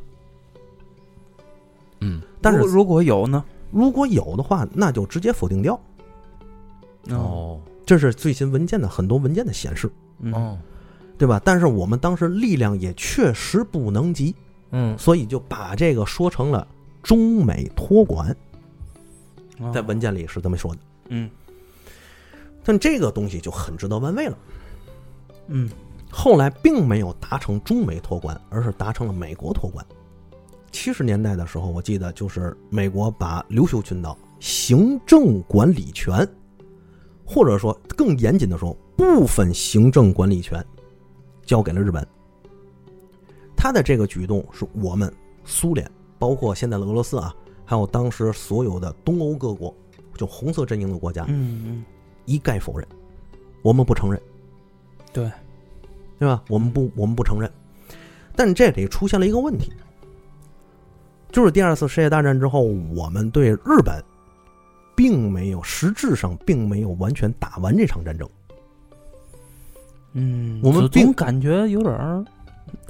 [SPEAKER 1] 嗯，
[SPEAKER 2] 但
[SPEAKER 3] 如
[SPEAKER 2] 是
[SPEAKER 3] 如果有呢？
[SPEAKER 2] 如果有的话，那就直接否定掉。
[SPEAKER 1] 哦
[SPEAKER 2] 这是最新文件的很多文件的显示，
[SPEAKER 3] 嗯，
[SPEAKER 1] 哦，
[SPEAKER 2] 对吧？但是我们当时力量也确实不能及，
[SPEAKER 1] 嗯，
[SPEAKER 2] 所以就把这个说成了中美托管，
[SPEAKER 3] 嗯
[SPEAKER 2] 在文件里是这么说的。
[SPEAKER 3] 嗯
[SPEAKER 2] 但这个东西就很值得玩味了。
[SPEAKER 3] 嗯
[SPEAKER 2] 后来并没有达成中美托管，而是达成了美国托管。七十年代的时候，我记得就是美国把琉球群岛行政管理权，或者说更严谨的说，部分行政管理权交给了日本。他的这个举动是我们苏联，包括现在的俄罗斯啊，还有当时所有的东欧各国，就红色阵营的国家，
[SPEAKER 3] 嗯
[SPEAKER 2] 一概否认，我们不承认。
[SPEAKER 3] 对，
[SPEAKER 2] 对吧？我们不，我们不承认。但这里出现了一个问题，就是第二次世界大战之后，我们对日本并没有实质上并没有完全打完这场战争，
[SPEAKER 3] 嗯，
[SPEAKER 2] 我们
[SPEAKER 3] 总
[SPEAKER 2] 并
[SPEAKER 3] 总感觉有点儿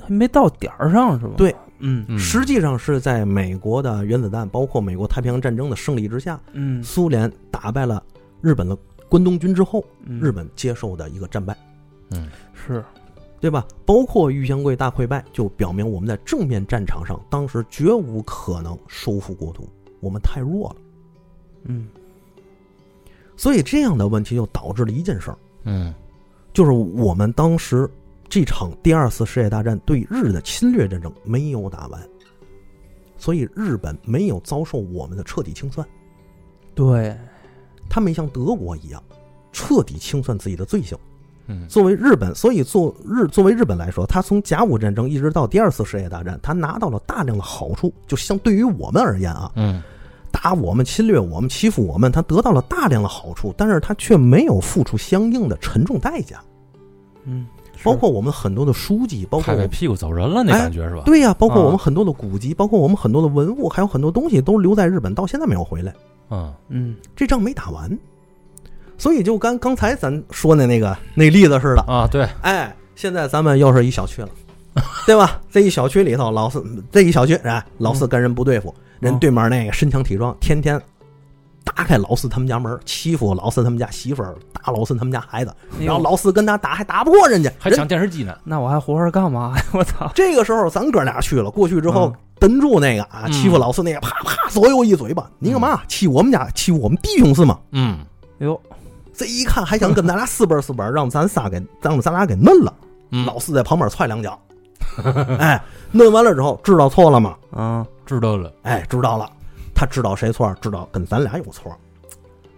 [SPEAKER 3] 还没到点儿上是吧？
[SPEAKER 2] 对，
[SPEAKER 3] 嗯
[SPEAKER 1] 嗯
[SPEAKER 2] 实际上是在美国的原子弹，包括美国太平洋战争的胜利之下，
[SPEAKER 3] 嗯，
[SPEAKER 2] 苏联打败了日本的关东军之后，
[SPEAKER 3] 嗯
[SPEAKER 2] 日本接受的一个战败。
[SPEAKER 3] 是
[SPEAKER 2] 对吧？包括玉香贵大溃败，就表明我们在正面战场上，当时绝无可能收复国土，我们太弱了。
[SPEAKER 3] 嗯
[SPEAKER 2] 所以这样的问题就导致了一件事儿，
[SPEAKER 1] 嗯
[SPEAKER 2] 就是我们当时这场第二次世界大战对日的侵略战争没有打完，所以日本没有遭受我们的彻底清算，
[SPEAKER 3] 对，
[SPEAKER 2] 他没像德国一样彻底清算自己的罪行。
[SPEAKER 1] 嗯
[SPEAKER 2] 作为日本，所以作日作为日本来说，他从甲午战争一直到第二次世界大战，他拿到了大量的好处。就相对于我们而言啊，
[SPEAKER 1] 嗯
[SPEAKER 2] 打我们、侵略我们、欺负我们，他得到了大量的好处，但是他却没有付出相应的沉重代价。
[SPEAKER 3] 嗯，
[SPEAKER 2] 包括我们很多的书籍，包括
[SPEAKER 1] 拍
[SPEAKER 2] 我
[SPEAKER 1] 拍
[SPEAKER 2] 们
[SPEAKER 1] 屁股走人了那
[SPEAKER 2] 哎
[SPEAKER 1] 感觉是吧？
[SPEAKER 2] 对呀、包括
[SPEAKER 1] 啊
[SPEAKER 2] 我们很多的古籍，包括我们很多的文物，还有很多东西都留在日本，到现在没有回来。
[SPEAKER 1] 嗯
[SPEAKER 3] 嗯
[SPEAKER 2] 这仗没打完，所以就刚刚才咱说的那个那例子似的，
[SPEAKER 1] 啊，对，
[SPEAKER 2] 哎，现在咱们又是一小区了，对吧？这一小区里头，老四这一小区，哎，老四跟人不对付，人对面那个身强体壮，天天打开老四他们家门，欺负老四他们家媳妇儿，打老四他们家孩子，
[SPEAKER 3] 哎呦
[SPEAKER 2] 然后老四跟他打还打不过人家，
[SPEAKER 1] 还
[SPEAKER 2] 人
[SPEAKER 1] 抢电视机呢。
[SPEAKER 3] 那我还活着干嘛呀？ 我操！
[SPEAKER 2] 这个时候咱哥俩去了，过去之后
[SPEAKER 3] 嗯
[SPEAKER 2] 蹬住那个啊，
[SPEAKER 1] 嗯
[SPEAKER 2] 欺负老四那个，啪啪左右一嘴巴，你干嘛欺负我们家欺负我们弟兄是吗？
[SPEAKER 1] 嗯
[SPEAKER 3] 哎呦，
[SPEAKER 2] 这一看还想跟咱俩四本儿四本儿，让咱仨给让咱俩给弄了。
[SPEAKER 1] 嗯，
[SPEAKER 2] 老四在旁边踹两脚，哎，弄完了之后知道错了吗？
[SPEAKER 3] 啊，
[SPEAKER 1] 知道了，
[SPEAKER 2] 哎，知道了。他知道谁错，知道跟咱俩有错，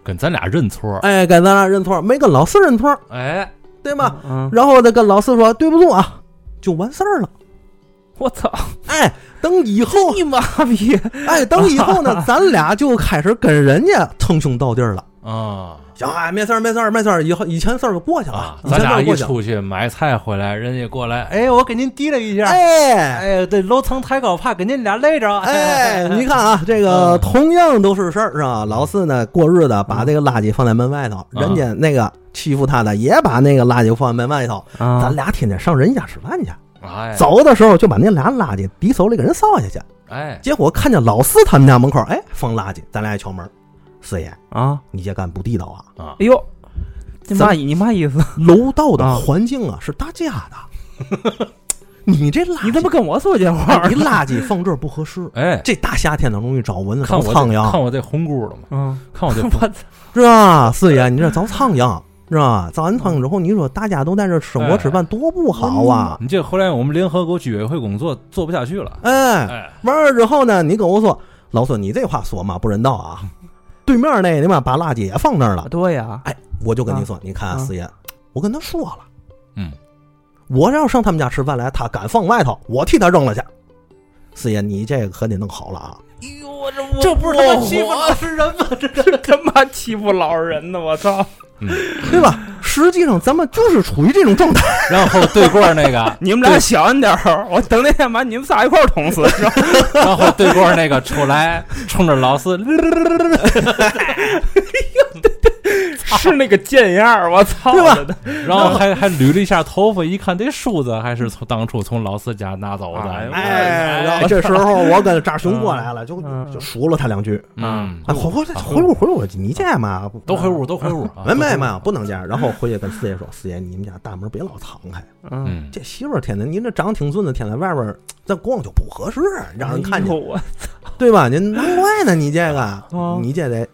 [SPEAKER 1] 跟咱俩认错。
[SPEAKER 2] 哎，给咱俩认错，没跟老四认错，
[SPEAKER 1] 哎，
[SPEAKER 2] 对吧？
[SPEAKER 3] 嗯，
[SPEAKER 2] 然后再跟老四说对不住啊，就完事儿了。
[SPEAKER 3] 我操！
[SPEAKER 2] 哎，等以后，
[SPEAKER 3] 你妈逼！
[SPEAKER 2] 哎，等以后呢，咱俩就开始跟人家称兄道弟了。
[SPEAKER 1] 啊
[SPEAKER 2] 行，哎，没事儿，没事儿，没事儿，以后以前事儿就过去了
[SPEAKER 1] 啊，，
[SPEAKER 2] 以前
[SPEAKER 1] 咱
[SPEAKER 2] 事
[SPEAKER 1] 俩
[SPEAKER 2] 儿
[SPEAKER 1] 一
[SPEAKER 2] 过去了。
[SPEAKER 1] 出去买菜回来，人家过来，哎，我给您提了一下。
[SPEAKER 2] 哎
[SPEAKER 1] 哎，这楼层抬高，怕给您俩累 着。
[SPEAKER 2] 哎， 你看啊，这
[SPEAKER 1] 嗯
[SPEAKER 2] 个同样都是事儿，是吧？老四呢过日子，把这个垃圾放在门外头，
[SPEAKER 1] 嗯
[SPEAKER 2] 人家那个欺负他的也把那个垃圾放在门外头，
[SPEAKER 3] 啊
[SPEAKER 2] 咱，俩天天上人家吃饭去，
[SPEAKER 1] 嗯哎，，
[SPEAKER 2] 走的时候就把那俩垃圾提手里给人扫下去。
[SPEAKER 1] 哎，
[SPEAKER 2] 结果看见老四他们家门口，哎，放垃圾，咱俩一敲门，四爷，
[SPEAKER 3] 啊，
[SPEAKER 2] 你这干不地道啊！
[SPEAKER 1] 啊，
[SPEAKER 3] 哎呦，你
[SPEAKER 2] 咱
[SPEAKER 3] 嘛你嘛意思？
[SPEAKER 2] 楼道的环境啊是大家 的，你这垃圾，
[SPEAKER 3] 你怎么跟我说这话
[SPEAKER 2] 哎
[SPEAKER 3] 儿？
[SPEAKER 2] 你垃圾放这儿不合适？
[SPEAKER 1] 哎，
[SPEAKER 2] 这大夏天的容易招蚊子，
[SPEAKER 1] 看
[SPEAKER 2] 招
[SPEAKER 1] 我
[SPEAKER 2] 苍
[SPEAKER 1] 这
[SPEAKER 2] 蝇。啊
[SPEAKER 1] 看我这红箍了吗？
[SPEAKER 3] 嗯，
[SPEAKER 1] 看我这
[SPEAKER 3] 我操！
[SPEAKER 2] 是吧？四爷，你这遭苍蝇是吧？遭完苍
[SPEAKER 1] 嗯
[SPEAKER 2] 蝇之后，你说大家都在这生活吃饭，多不好啊！
[SPEAKER 1] 你这后来我们联合国居委会工作做不下去了。
[SPEAKER 2] 哎，
[SPEAKER 1] 哎，
[SPEAKER 2] 完了之后呢，你跟我说，老孙，你这话说嘛不人道啊！对面那你妈把垃圾也放那儿了，
[SPEAKER 3] 对呀，
[SPEAKER 2] 哎，我就跟你说，你看、
[SPEAKER 3] 啊
[SPEAKER 2] 四爷，我跟他说了，
[SPEAKER 1] 嗯，
[SPEAKER 2] 我要上他们家吃饭来，他敢放外头，我替他扔了去。四爷，你这个可得弄好了啊！
[SPEAKER 3] 哎呦，我这我
[SPEAKER 1] 这不是他妈欺负
[SPEAKER 3] 老实人吗？ 这是他妈欺负老实人呢！我操！
[SPEAKER 2] 对吧？实际上，咱们就是处于这种状态。
[SPEAKER 1] 然后对过那个，
[SPEAKER 3] 你们俩小心点儿，我等那天把你们仨一块儿捅死。是吧
[SPEAKER 1] 然后对过那个出来，冲着老四，
[SPEAKER 3] 是那个贱样儿，我操！
[SPEAKER 2] 对吧
[SPEAKER 3] 我的？
[SPEAKER 1] 然后还还捋了一下头发，一看这梳子还是从当初从老四家拿走的。
[SPEAKER 3] 哎
[SPEAKER 2] 哎，然 后
[SPEAKER 1] 哎
[SPEAKER 2] 这时候我跟炸熊过来了，就就数了他两句。
[SPEAKER 1] 嗯，
[SPEAKER 2] 啊，回屋回屋回屋，你这样嘛，
[SPEAKER 1] 都回屋，都回屋，啊
[SPEAKER 2] 没没没，不能这样。然 后回去跟四爷说：“四爷，你们家大门别老藏开，
[SPEAKER 3] 嗯，
[SPEAKER 1] 嗯，
[SPEAKER 2] 这媳妇儿天天您这长挺俊的，天天外边儿咱逛就不合适，让人
[SPEAKER 3] 哎
[SPEAKER 2] 看见，
[SPEAKER 3] 呦我
[SPEAKER 2] 对吧？您难怪呢，你这个
[SPEAKER 1] 嗯啊
[SPEAKER 3] 哦，
[SPEAKER 2] 你这得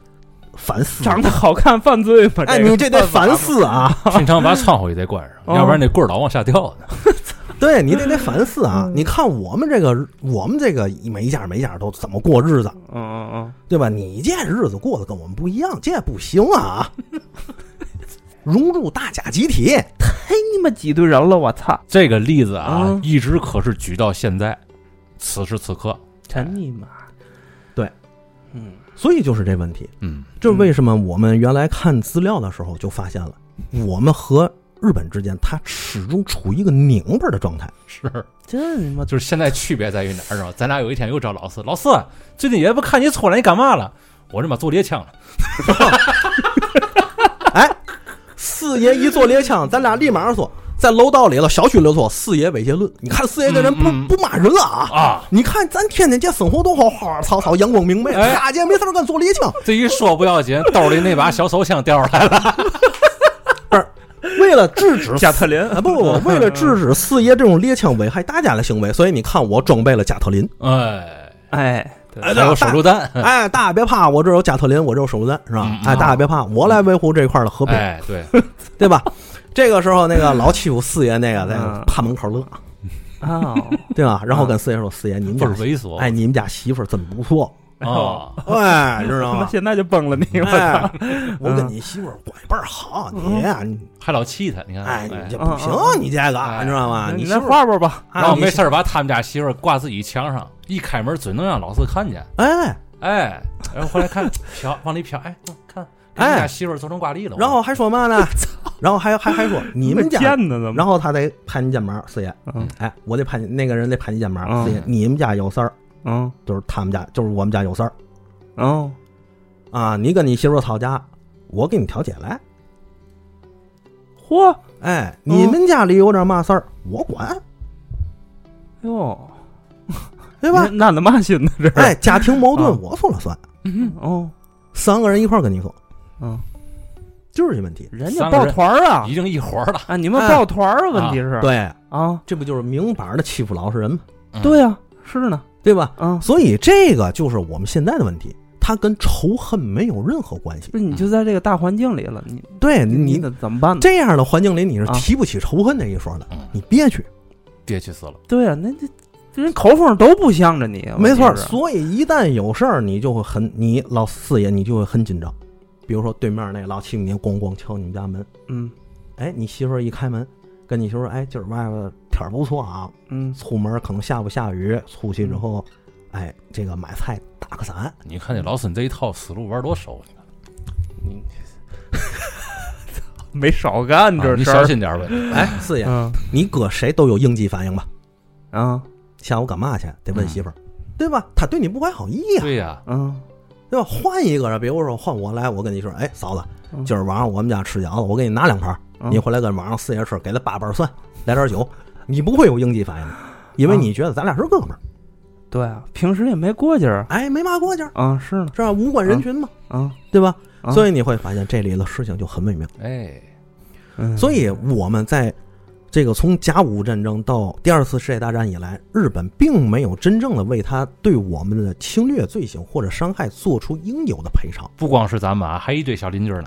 [SPEAKER 2] 反思。
[SPEAKER 3] 长得好看犯罪吗？
[SPEAKER 2] 哎，
[SPEAKER 3] 这个
[SPEAKER 2] 你这得
[SPEAKER 3] 犯法
[SPEAKER 2] 反思啊，
[SPEAKER 1] 平常把窗户也得关上，
[SPEAKER 3] 哦
[SPEAKER 1] 要不然那棍儿老往下掉呢。
[SPEAKER 2] 对你得得反思啊。
[SPEAKER 1] 嗯
[SPEAKER 2] 你看我们这个，我们这个每一家每一家都怎么过日子，
[SPEAKER 3] 吗。嗯嗯嗯，
[SPEAKER 2] 对吧？你这日子过得跟我们不一样，这不行啊！融入大家集体，
[SPEAKER 3] 太你妈挤兑人了，我操！
[SPEAKER 1] 这个例子啊
[SPEAKER 3] 啊，
[SPEAKER 1] 一直可是举到现在，此时此刻，
[SPEAKER 3] 真你妈！
[SPEAKER 2] 对，
[SPEAKER 3] 嗯，
[SPEAKER 2] 所以就是这问题。
[SPEAKER 1] 嗯
[SPEAKER 2] 这为什么我们原来看资料的时候就发现了，我们和日本之间，它始终处于一个拧巴的状态。
[SPEAKER 1] 是，
[SPEAKER 3] 这你妈
[SPEAKER 1] 就是现在区别在于哪儿啊？咱俩有一天又找老四，老四最近也不看你出来，你干嘛了？我这妈做猎枪 了，
[SPEAKER 2] 四爷一坐猎枪，咱俩立马说，在楼道里了，小区里头，四爷猥亵论。你看四爷这人不、
[SPEAKER 1] 嗯嗯
[SPEAKER 2] 不骂人了啊！
[SPEAKER 1] 啊
[SPEAKER 2] 你看咱天天这生活多好，花花草草，阳光明媚，
[SPEAKER 1] 哎
[SPEAKER 2] 大街没事儿干坐猎枪。
[SPEAKER 1] 这一说不要紧，兜里那把小手枪掉出来 了。
[SPEAKER 2] 为了制止
[SPEAKER 3] 加特林
[SPEAKER 2] 啊，不不不，为了制止四爷这种猎枪危害大家的行为，所以你看我装备了加特林。
[SPEAKER 1] 哎，
[SPEAKER 3] 哎，对
[SPEAKER 2] 哎
[SPEAKER 1] 还有手榴弹，
[SPEAKER 2] 哎，大家别怕，我这有加特林，我这有手榴弹，是吧
[SPEAKER 1] 嗯？
[SPEAKER 2] 哎，大家别怕，我来维护这块的和平，
[SPEAKER 1] 哎， 对，
[SPEAKER 2] 对吧？这个时候，那个老欺负四爷那个在
[SPEAKER 3] 嗯
[SPEAKER 2] 趴门口乐，
[SPEAKER 3] 啊，
[SPEAKER 2] 对吧？然后跟四爷说：“四爷，你们
[SPEAKER 1] 倍儿
[SPEAKER 2] 家
[SPEAKER 1] 猥琐，
[SPEAKER 2] 哎，你们家媳妇儿真不错，
[SPEAKER 1] 啊，
[SPEAKER 2] 哎，知 道
[SPEAKER 3] 他妈
[SPEAKER 2] 吗？
[SPEAKER 3] 现在就崩了 你！我操
[SPEAKER 2] 哎！，我跟你媳妇儿关系倍儿好，你呀，你
[SPEAKER 1] 还老气他，你看，
[SPEAKER 2] 哎，你这
[SPEAKER 3] 嗯
[SPEAKER 2] 不
[SPEAKER 3] 嗯
[SPEAKER 2] 行，
[SPEAKER 3] 嗯
[SPEAKER 2] 你这个，
[SPEAKER 1] 哎
[SPEAKER 2] 你知道吗？
[SPEAKER 3] 你
[SPEAKER 2] 你
[SPEAKER 3] 来
[SPEAKER 2] 媳妇儿
[SPEAKER 3] 画画吧，
[SPEAKER 2] 啊
[SPEAKER 1] 然后
[SPEAKER 2] 你
[SPEAKER 1] 没事儿把他们家媳妇儿挂自己墙上，一开门准能让老四看见。
[SPEAKER 2] 哎，
[SPEAKER 1] 哎，然后回来 看瞟，往里瞟，哎，看，
[SPEAKER 2] 哎
[SPEAKER 1] 人家媳妇儿做成挂历了。
[SPEAKER 2] 然后还说嘛呢？然后还还还说你们家
[SPEAKER 3] 贱呢怎么？
[SPEAKER 2] 然后他得拍你肩膀，四爷，
[SPEAKER 3] 嗯
[SPEAKER 2] 哎，我得拍你那个人得拍你肩膀，
[SPEAKER 3] 嗯
[SPEAKER 2] 四爷，你们家有事儿，
[SPEAKER 3] 嗯
[SPEAKER 2] 就是他们家，就是我们家有事儿
[SPEAKER 3] 嗯，
[SPEAKER 2] 啊，你跟你媳妇儿吵架，我给你调解来，
[SPEAKER 3] 嚯
[SPEAKER 2] 哎，
[SPEAKER 3] 嗯
[SPEAKER 2] 你们家里有点嘛事儿，我管，
[SPEAKER 3] 哟，
[SPEAKER 2] 对吧？
[SPEAKER 3] 那那嘛心呢这是？
[SPEAKER 2] 哎，家庭矛
[SPEAKER 3] 啊
[SPEAKER 2] 盾我说了算，
[SPEAKER 3] 哦，
[SPEAKER 2] 三个人一块儿跟你说，
[SPEAKER 3] 嗯，
[SPEAKER 2] 就是这问题，
[SPEAKER 3] 人
[SPEAKER 1] 三
[SPEAKER 3] 家
[SPEAKER 1] 个
[SPEAKER 3] 抱
[SPEAKER 1] 人
[SPEAKER 3] 团儿啊
[SPEAKER 1] 已经一伙儿了，
[SPEAKER 3] 啊！你们
[SPEAKER 2] 哎
[SPEAKER 3] 抱团儿啊，问题是
[SPEAKER 2] 对，
[SPEAKER 3] 啊，
[SPEAKER 2] 这不就是明摆的欺负老实人吗？
[SPEAKER 3] 对呀，是呢，
[SPEAKER 2] 对吧？
[SPEAKER 3] 啊，
[SPEAKER 2] 所以这个就是我们现在的问题，它跟仇恨没有任何关系
[SPEAKER 3] 不。是你就在这个大环境里了，你
[SPEAKER 2] 对
[SPEAKER 3] 你
[SPEAKER 2] 你
[SPEAKER 3] 得怎么办呢？
[SPEAKER 2] 这样的环境里，你是
[SPEAKER 3] 嗯啊
[SPEAKER 2] 提不起仇恨这一说的
[SPEAKER 1] 嗯，
[SPEAKER 2] 你憋屈。
[SPEAKER 1] 憋屈死了。
[SPEAKER 3] 对啊呀，那这这人口风都不向着你，
[SPEAKER 2] 没错
[SPEAKER 3] 问
[SPEAKER 2] 儿，
[SPEAKER 3] 题是啊
[SPEAKER 2] 所以一旦有事儿，你就会很，你老四爷你就会很紧张。比如说对面那老欺负你，咣咣敲你们家门，
[SPEAKER 3] 嗯
[SPEAKER 2] 哎，你媳妇儿一开门，跟你媳妇儿说，哎，今儿外边天儿不错啊，
[SPEAKER 3] 嗯，
[SPEAKER 2] 出门可能下不下雨，出去之后，哎，这个买菜打个伞，
[SPEAKER 1] 你看这老孙这一套思路玩多熟，啊你看
[SPEAKER 3] 你没少干
[SPEAKER 1] 啊
[SPEAKER 3] 这
[SPEAKER 1] 你
[SPEAKER 3] 事
[SPEAKER 1] 小
[SPEAKER 3] 儿，
[SPEAKER 1] 心点儿 呗。
[SPEAKER 2] 哎，四爷，
[SPEAKER 3] 嗯
[SPEAKER 2] 你搁谁都有应激反应吧？
[SPEAKER 3] 啊
[SPEAKER 2] 下午干嘛去？得问
[SPEAKER 1] 嗯
[SPEAKER 2] 媳妇儿，对吧？她对你不怀好意啊呀、
[SPEAKER 1] 对呀，
[SPEAKER 3] 嗯
[SPEAKER 2] 对吧？换一个人，比如说换我来，我跟你说，哎，嫂子，
[SPEAKER 3] 嗯
[SPEAKER 2] 今儿晚上我们家吃饺子，我给你拿两盘儿，
[SPEAKER 3] 嗯
[SPEAKER 2] 你回来跟晚上四爷吃，给他八瓣蒜，来点酒，你不会有应激反应
[SPEAKER 3] 嗯
[SPEAKER 2] 的，因为你觉得咱俩是哥们儿，
[SPEAKER 3] 对啊，平时也没过节儿
[SPEAKER 2] 哎，没嘛过节儿，
[SPEAKER 3] 啊，是呢
[SPEAKER 2] 是吧？无关人群嘛，
[SPEAKER 3] 啊，
[SPEAKER 2] 对吧？
[SPEAKER 3] 啊
[SPEAKER 2] 所以你会发现这里的事情就很微妙。
[SPEAKER 1] 哎，
[SPEAKER 3] 嗯
[SPEAKER 2] 所以我们在这个从甲午战争到第二次世界大战以来，日本并没有真正的为他对我们的侵略罪行或者伤害做出应有的赔偿。
[SPEAKER 1] 不光是咱们啊，还一堆小邻居呢。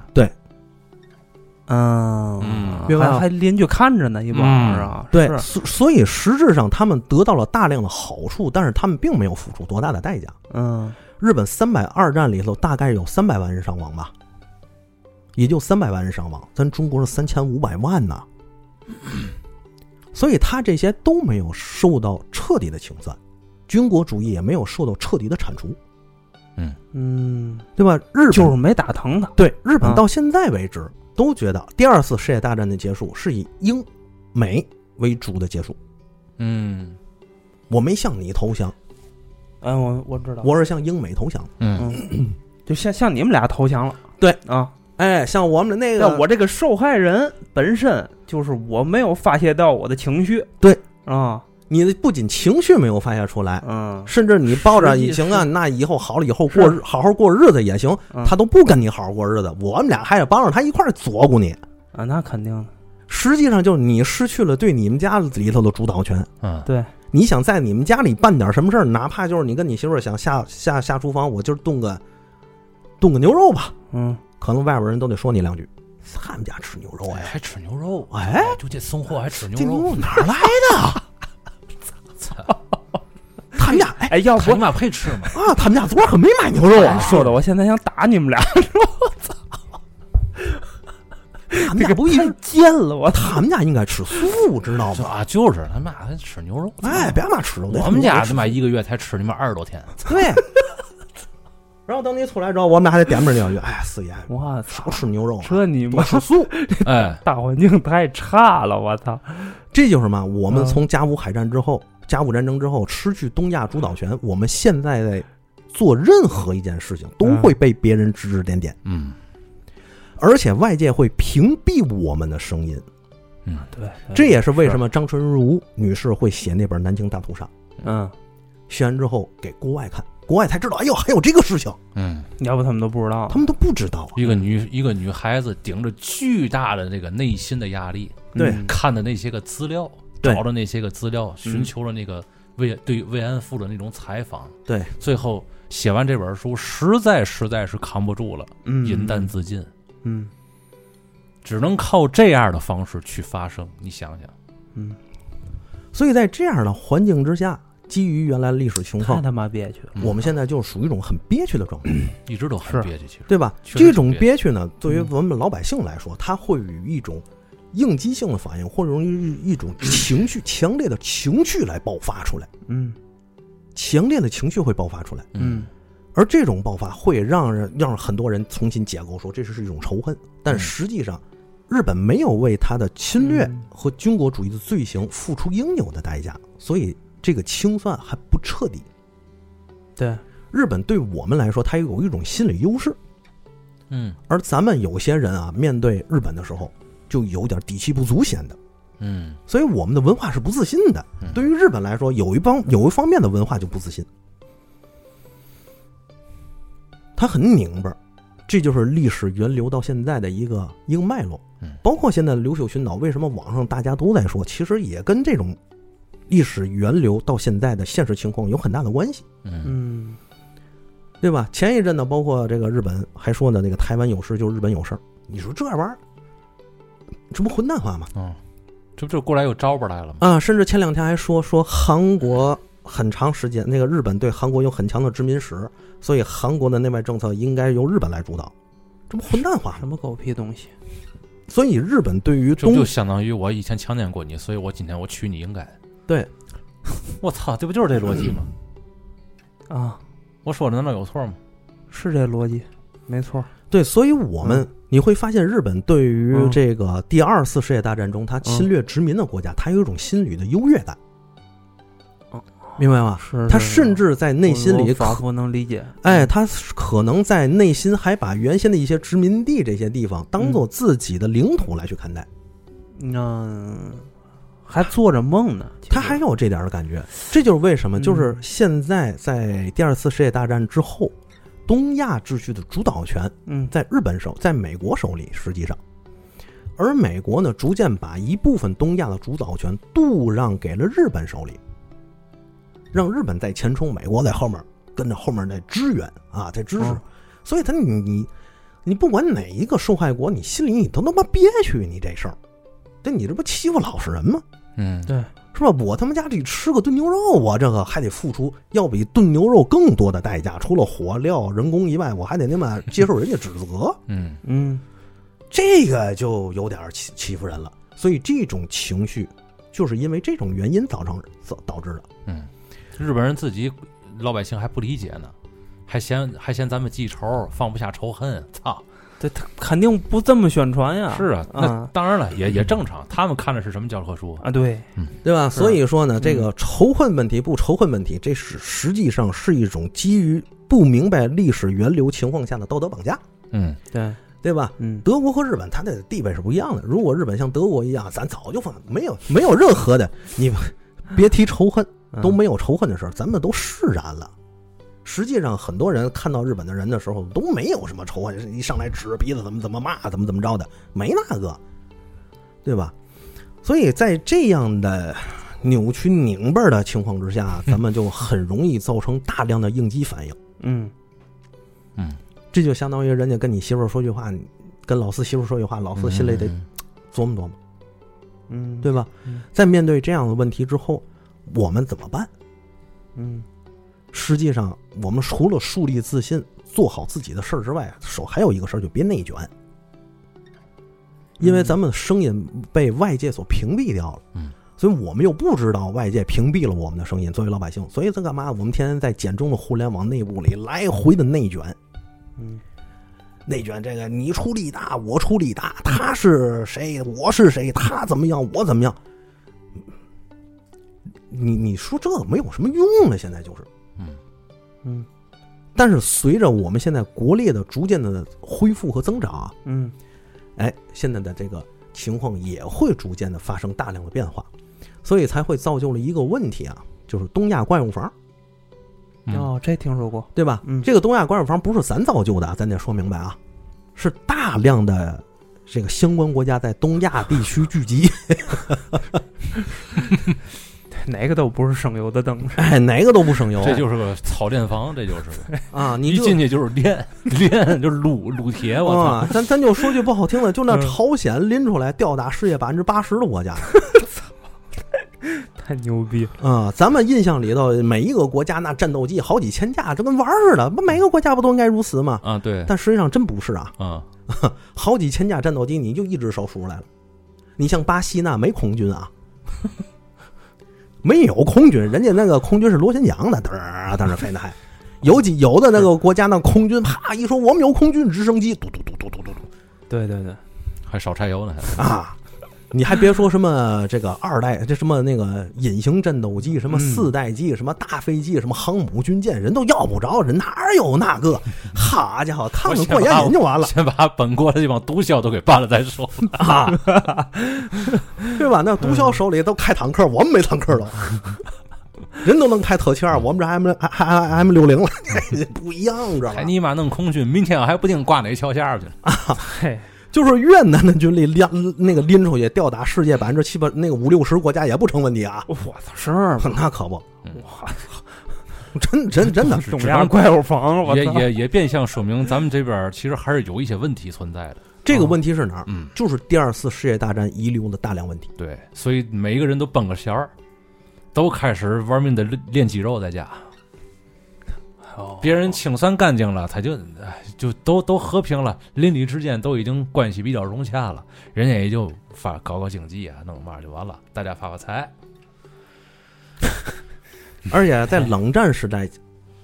[SPEAKER 3] 嗯
[SPEAKER 1] 嗯，
[SPEAKER 2] 明白
[SPEAKER 3] 还
[SPEAKER 2] 吗
[SPEAKER 3] 还邻居看着呢，一帮
[SPEAKER 1] 嗯
[SPEAKER 3] 人啊，
[SPEAKER 2] 对
[SPEAKER 3] 是，
[SPEAKER 2] 所所以实质上他们得到了大量的好处，但是他们并没有付出多大的代价。
[SPEAKER 3] 嗯
[SPEAKER 2] 日本三百二战里头大概有三百万人伤亡吧，也就三百万人伤亡，咱中国是三千五百万呢，所以他这些都没有受到彻底的清算，军国主义也没有受到彻底的铲除，
[SPEAKER 3] 嗯，
[SPEAKER 2] 对吧？日本
[SPEAKER 3] 就是没打疼他，
[SPEAKER 2] 对日本
[SPEAKER 3] 啊
[SPEAKER 2] 到现在为止、都觉得第二次世界大战的结束是以英美为主的结束，
[SPEAKER 1] 嗯
[SPEAKER 2] 我没向你投降，哎
[SPEAKER 3] 嗯，我我知道，
[SPEAKER 2] 我是向英美投降的。
[SPEAKER 1] 嗯
[SPEAKER 3] 嗯，就像像你们俩投降了，
[SPEAKER 2] 对
[SPEAKER 3] 啊，
[SPEAKER 2] 哎，像我们那个，
[SPEAKER 3] 但我这个受害人本身就是我没有发泄到我的情绪，
[SPEAKER 2] 对
[SPEAKER 3] 啊，
[SPEAKER 2] 你的不仅情绪没有发泄出来，
[SPEAKER 3] 嗯，
[SPEAKER 2] 甚至你抱着
[SPEAKER 1] 实际
[SPEAKER 2] 你行啊，那以后好了以后
[SPEAKER 3] 是
[SPEAKER 2] 过日好好过日子也行
[SPEAKER 3] 嗯，
[SPEAKER 2] 他都不跟你好好过日子，我们俩还得帮着他一块儿左顾你。
[SPEAKER 3] 啊，那肯定的，
[SPEAKER 2] 实际上就是你失去了对你们家里头的主导权。
[SPEAKER 1] 嗯，
[SPEAKER 3] 对，
[SPEAKER 2] 你想在你们家里办点什么事儿，哪怕就是你跟你媳妇儿想下下下厨房，我就是炖个炖个牛肉吧，
[SPEAKER 3] 嗯，
[SPEAKER 2] 可能外边人都得说你两句。他们家吃牛肉哎，
[SPEAKER 1] 还吃牛肉，啊
[SPEAKER 2] 哎，
[SPEAKER 1] 就这送货还吃
[SPEAKER 2] 这
[SPEAKER 1] 牛
[SPEAKER 2] 牛
[SPEAKER 1] 肉，
[SPEAKER 2] 肉哪儿来的？他们家哎
[SPEAKER 3] 哎，要
[SPEAKER 1] 他
[SPEAKER 3] 不
[SPEAKER 1] 妈配吃吗？
[SPEAKER 2] 啊，他们家昨儿可没买牛肉啊，
[SPEAKER 3] 说的我现在想打你们俩，
[SPEAKER 2] 他们家不应
[SPEAKER 3] 太贱了，我
[SPEAKER 2] 他们家应该吃素，知道
[SPEAKER 1] 就
[SPEAKER 2] 吗？
[SPEAKER 1] 啊，就是他妈还吃牛肉，
[SPEAKER 2] 哎，别嘛吃了，
[SPEAKER 1] 我们家他
[SPEAKER 2] 吃
[SPEAKER 1] 妈一个月才吃你妈二十多 天，
[SPEAKER 2] 对。然后等你出来之后，我们俩还得点名两句，哎，四爷
[SPEAKER 3] 我操
[SPEAKER 2] 少，吃牛肉啊，
[SPEAKER 3] 这你
[SPEAKER 2] 多
[SPEAKER 3] 们
[SPEAKER 2] 吃素。
[SPEAKER 1] 哎，
[SPEAKER 3] 大环境太差了，我操，
[SPEAKER 2] 这就是嘛，我们
[SPEAKER 3] 嗯
[SPEAKER 2] 从甲午海战之后，甲午战争之后失去东亚主导权，我们现在在做任何一件事情都会被别人指指点点，
[SPEAKER 1] 嗯
[SPEAKER 2] 而且外界会屏蔽我们的声音。
[SPEAKER 1] 嗯，
[SPEAKER 3] 对，
[SPEAKER 2] 这也是为什么张纯如女士会写那本《南京大屠杀》，
[SPEAKER 3] 嗯，
[SPEAKER 2] 写完之后给国外看，国外才知道，哎呦，还有这个事情，
[SPEAKER 1] 嗯，
[SPEAKER 3] 要不他们都不知道，
[SPEAKER 2] 他们都不知道啊。
[SPEAKER 1] 一个女一个女孩子顶着巨大的这个内心的压力，
[SPEAKER 2] 对
[SPEAKER 3] 嗯
[SPEAKER 1] 看的那些个资料，
[SPEAKER 2] 对
[SPEAKER 1] 找的那些个资料，寻
[SPEAKER 3] 嗯
[SPEAKER 1] 求了那个慰对慰安妇的那种采访，
[SPEAKER 2] 对，
[SPEAKER 1] 最后写完这本书，实在实在是扛不住了，
[SPEAKER 3] 嗯
[SPEAKER 1] 饮弹自尽，
[SPEAKER 3] 嗯
[SPEAKER 1] 只能靠这样的方式去发声。你想想，
[SPEAKER 3] 嗯，
[SPEAKER 2] 所以在这样的环境之下，基于原来历史情
[SPEAKER 3] 太
[SPEAKER 2] 况，
[SPEAKER 3] 他妈憋屈了，
[SPEAKER 1] 嗯
[SPEAKER 2] 我们现在就属于一种很憋屈的状态。
[SPEAKER 1] 一直都很
[SPEAKER 3] 是
[SPEAKER 1] 憋屈，其实
[SPEAKER 2] 对吧？
[SPEAKER 1] 确实
[SPEAKER 2] 这
[SPEAKER 1] 是
[SPEAKER 2] 种
[SPEAKER 1] 这样
[SPEAKER 2] 憋屈呢，对于我们老百姓来说，它会与一种应激性的反应，或者用一种情绪强烈的情绪来爆发出来，
[SPEAKER 3] 嗯
[SPEAKER 2] 强烈的情绪会爆发出来，
[SPEAKER 3] 嗯，
[SPEAKER 2] 而这种爆发会让人让很多人重新解构，说这是一种仇恨，但
[SPEAKER 1] 嗯
[SPEAKER 2] 实际上。日本没有为他的侵略
[SPEAKER 3] 嗯
[SPEAKER 2] 和军国主义的罪行付出应有的代价，所以这个清算还不彻底。
[SPEAKER 3] 对，
[SPEAKER 2] 日本对我们来说，它有一种心理优势，
[SPEAKER 1] 嗯
[SPEAKER 2] 而咱们有些人啊，面对日本的时候，就有点底气不足显得，
[SPEAKER 1] 嗯
[SPEAKER 2] 所以我们的文化是不自信的
[SPEAKER 1] 嗯。
[SPEAKER 2] 对于日本来说，有一帮有一方面的文化就不自信，他很拧巴儿，这就是历史源流到现在的一个一个脉络
[SPEAKER 1] 嗯。
[SPEAKER 2] 包括现在刘秀群岛，为什么网上大家都在说，其实也跟这种历史源流到现在的现实情况有很大的关系。
[SPEAKER 1] 嗯
[SPEAKER 3] 嗯
[SPEAKER 2] 对吧？前一阵呢，包括这个日本还说呢，那个台湾有事就是日本有事儿。你说这玩意儿，这不混蛋话吗？
[SPEAKER 1] 嗯，这不就过来又招吧来了吗？
[SPEAKER 2] 啊，甚至前两天还说说韩国很长时间，那个日本对韩国有很强的殖民史，所以韩国的内外政策应该由日本来主导，这不混蛋话吗？
[SPEAKER 3] 什么狗屁东西，
[SPEAKER 2] 所以日本对于
[SPEAKER 1] 这不
[SPEAKER 2] 东
[SPEAKER 1] 就相当于我以前强奸过你，所以我今天我娶你应该。
[SPEAKER 2] 对，
[SPEAKER 1] 我操，这不就是这逻辑吗？
[SPEAKER 3] 啊，
[SPEAKER 1] 我说的难道有错吗？
[SPEAKER 3] 是这逻辑，没错，
[SPEAKER 2] 对，所以我们你会发现，日本对于
[SPEAKER 3] 嗯
[SPEAKER 2] 这个第二次世界大战中他侵略殖民的国家，他有一种心理的优越感
[SPEAKER 3] 哦，
[SPEAKER 2] 明白吗？
[SPEAKER 3] 是
[SPEAKER 2] 啊他甚至在内心里
[SPEAKER 3] 我
[SPEAKER 2] 可
[SPEAKER 3] 仿佛能理解，
[SPEAKER 2] 哎，他是可能在内心还把原先的一些殖民地这些地方当做自己的领土来去看待，
[SPEAKER 3] 嗯，还做着梦呢，其实
[SPEAKER 2] 他还有这点儿的感觉。这就是为什么，
[SPEAKER 3] 嗯
[SPEAKER 2] 就是现在在第二次世界大战之后，东亚秩序的主导权
[SPEAKER 3] 嗯
[SPEAKER 2] 在日本手，在美国手里，实际上。而美国呢，逐渐把一部分东亚的主导权度让给了日本手里，让日本在前冲，美国在后面跟着后面在支援啊，在支持。
[SPEAKER 3] 嗯
[SPEAKER 2] 所以他你你你不管哪一个受害国，你心里你都他妈憋屈，你这事儿，但你这不欺负老实人吗？
[SPEAKER 1] 嗯，
[SPEAKER 3] 对，
[SPEAKER 2] 是吧？我他妈家里吃个炖牛肉，我这个还得付出要比炖牛肉更多的代价，除了火料、人工以外，我还得他妈接受人家指责。
[SPEAKER 1] 嗯
[SPEAKER 3] 嗯
[SPEAKER 2] 这个就有点欺欺负人了。所以这种情绪，就是因为这种原因造成造导致的。
[SPEAKER 1] 嗯，日本人自己老百姓还不理解呢，还嫌还嫌咱们记仇，放不下仇恨， 操！
[SPEAKER 3] 对他肯定不这么宣传呀，
[SPEAKER 1] 是啊，那
[SPEAKER 3] 啊
[SPEAKER 1] 当然了，也也正常，他们看的是什么教科书？
[SPEAKER 3] 啊，对，
[SPEAKER 2] 对吧？
[SPEAKER 3] 是
[SPEAKER 2] 所以说呢，这个仇恨问题不仇恨问题，这是实际上是一种基于不明白历史源流情况下的道德绑架。
[SPEAKER 1] 嗯
[SPEAKER 3] 对，
[SPEAKER 2] 对吧？
[SPEAKER 3] 嗯，
[SPEAKER 2] 德国和日本它的地位是不一样的。如果日本像德国一样，咱早就放没有没有任何的，你别提仇恨，都没有仇恨的事儿，咱们都释然了。实际上，很多人看到日本的人的时候都没有什么仇恨，一上来指着鼻子怎么怎么骂，怎么怎么着的，没那个，对吧？所以在这样的扭曲拧巴的情况之下，咱们就很容易造成大量的应激反应。
[SPEAKER 3] 嗯
[SPEAKER 2] 这就相当于人家跟你媳妇儿说句话，你跟老四媳妇儿说句话，老四心里得
[SPEAKER 1] 嗯
[SPEAKER 2] 琢磨琢磨，
[SPEAKER 3] 嗯，
[SPEAKER 2] 对吧
[SPEAKER 3] 嗯？
[SPEAKER 2] 在面对这样的问题之后，我们怎么办？
[SPEAKER 3] 嗯
[SPEAKER 2] 实际上，我们除了树立自信、做好自己的事儿之外，手还有一个事儿，就别内卷，因为咱们声音被外界所屏蔽掉了。
[SPEAKER 1] 嗯。
[SPEAKER 2] 所以我们又不知道外界屏蔽了我们的声音，作为老百姓，所以这干嘛？我们天天在简中的互联网内部里来回的内卷，
[SPEAKER 3] 嗯
[SPEAKER 2] 内卷这个你出力大，我出力大，他是谁，我是谁，他怎么样，我怎么样。你你说这个没有什么用了，现在就是。
[SPEAKER 1] 嗯
[SPEAKER 3] 嗯
[SPEAKER 2] 但是随着我们现在国力的逐渐的恢复和增长啊，
[SPEAKER 3] 嗯
[SPEAKER 2] 哎，现在的这个情况也会逐渐的发生大量的变化，所以才会造就了一个问题啊，就是东亚怪物房，
[SPEAKER 1] 嗯
[SPEAKER 3] 哦，这听说过，
[SPEAKER 2] 对吧？
[SPEAKER 3] 嗯
[SPEAKER 2] 这个东亚怪物房不是咱造就的啊，咱得说明白啊，是大量的这个相关国家在东亚地区聚集。
[SPEAKER 3] 哪个都不是省油的灯。
[SPEAKER 2] 哎，哪个都不省油，
[SPEAKER 1] 这就是个草电房，这就是个
[SPEAKER 2] 啊，你
[SPEAKER 1] 一
[SPEAKER 2] 就
[SPEAKER 1] 进去就是 炼炼，就是撸撸铁，我操！
[SPEAKER 2] 啊，咱咱就说句不好听的，就那
[SPEAKER 3] 嗯
[SPEAKER 2] 朝鲜拎出来吊打世界百分之八十的国家
[SPEAKER 3] 太牛逼了！
[SPEAKER 2] 啊，咱们印象里头每一个国家那战斗机好几千架，这跟玩儿似的，不每个国家不都应该如此吗？
[SPEAKER 1] 啊，对，
[SPEAKER 2] 但实际上真不是啊，
[SPEAKER 1] 啊，
[SPEAKER 2] 好几千架战斗机你就一只手数出来了。你像巴西那没空军啊， 没有空军，人家那个空军是螺旋桨的，嘚儿在那飞的还。有几有的那个国家那空军，啪一说我们有空军直升机，嘟嘟嘟嘟嘟嘟嘟，
[SPEAKER 3] 对对对，
[SPEAKER 1] 还少柴油呢，还
[SPEAKER 2] 啊，你还别说什么这个二代，这什么那个隐形战斗机，什么四代机，什么大飞机，什么航母军舰，人都要不着，人哪有那个？好家伙，看看过眼瘾就完了
[SPEAKER 1] 先把本国的这帮毒枭都给办了再 说。
[SPEAKER 2] 啊，对吧？那毒
[SPEAKER 1] 嗯
[SPEAKER 2] 枭手里都开坦克，我们没坦 克了。人都能开特七二，我们这 M M M 六零了，不一样，知道吧
[SPEAKER 1] 还？尼玛弄空军，明天我还不定挂哪桥下去了。
[SPEAKER 3] 嘿，
[SPEAKER 2] 就是越南的军力拎那个拎出去，吊打世界百分之七八那个五六十国家也不成问题啊，
[SPEAKER 3] 我操，是吗？
[SPEAKER 1] 嗯
[SPEAKER 2] 那可不，
[SPEAKER 3] 哇，
[SPEAKER 2] 真真 真的，
[SPEAKER 3] 东亚怪物房，我
[SPEAKER 1] 也
[SPEAKER 3] 操！
[SPEAKER 1] 也也变相说明咱们这边儿其实还是有一些问题存在的。
[SPEAKER 2] 这个问题是哪儿？
[SPEAKER 1] 嗯，
[SPEAKER 2] 就是第二次世界大战遗留的大量问题。
[SPEAKER 1] 对，所以每一个人都绷个弦儿，都开始玩命的练肌肉，在家。
[SPEAKER 3] 哦
[SPEAKER 1] 别人清算干净了，他就哎就都都和平了，邻里之间都已经关系比较融洽了，人家也就发搞搞经济啊，弄嘛就完了，大家发发财。
[SPEAKER 2] 而且
[SPEAKER 3] 哎
[SPEAKER 2] 在冷战时代，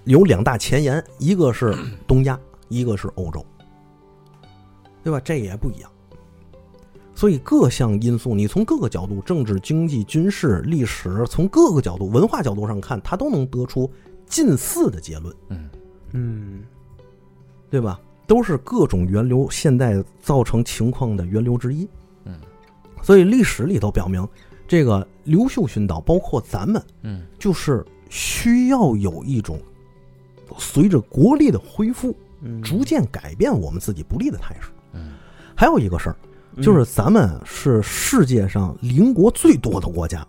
[SPEAKER 2] 有两大前沿，一个是东亚，一个是欧洲，对吧？这也不一样。所以各项因素，你从各个角度，政治、经济、军事、历史，从各个角度、文化角度上看，它都能得出近似的结论，
[SPEAKER 1] 嗯，
[SPEAKER 3] 嗯
[SPEAKER 2] 对吧？都是各种源流现在造成情况的源流之一。
[SPEAKER 1] 嗯，
[SPEAKER 2] 所以历史里头表明，这个刘秀群岛，包括咱们，
[SPEAKER 1] 嗯
[SPEAKER 2] 就是需要有一种随着国力的恢复，
[SPEAKER 3] 嗯，
[SPEAKER 2] 逐渐改变我们自己不利的态势。
[SPEAKER 1] 嗯，
[SPEAKER 2] 还有一个事儿，
[SPEAKER 3] 嗯
[SPEAKER 2] 就是咱们是世界上邻国最多的国家，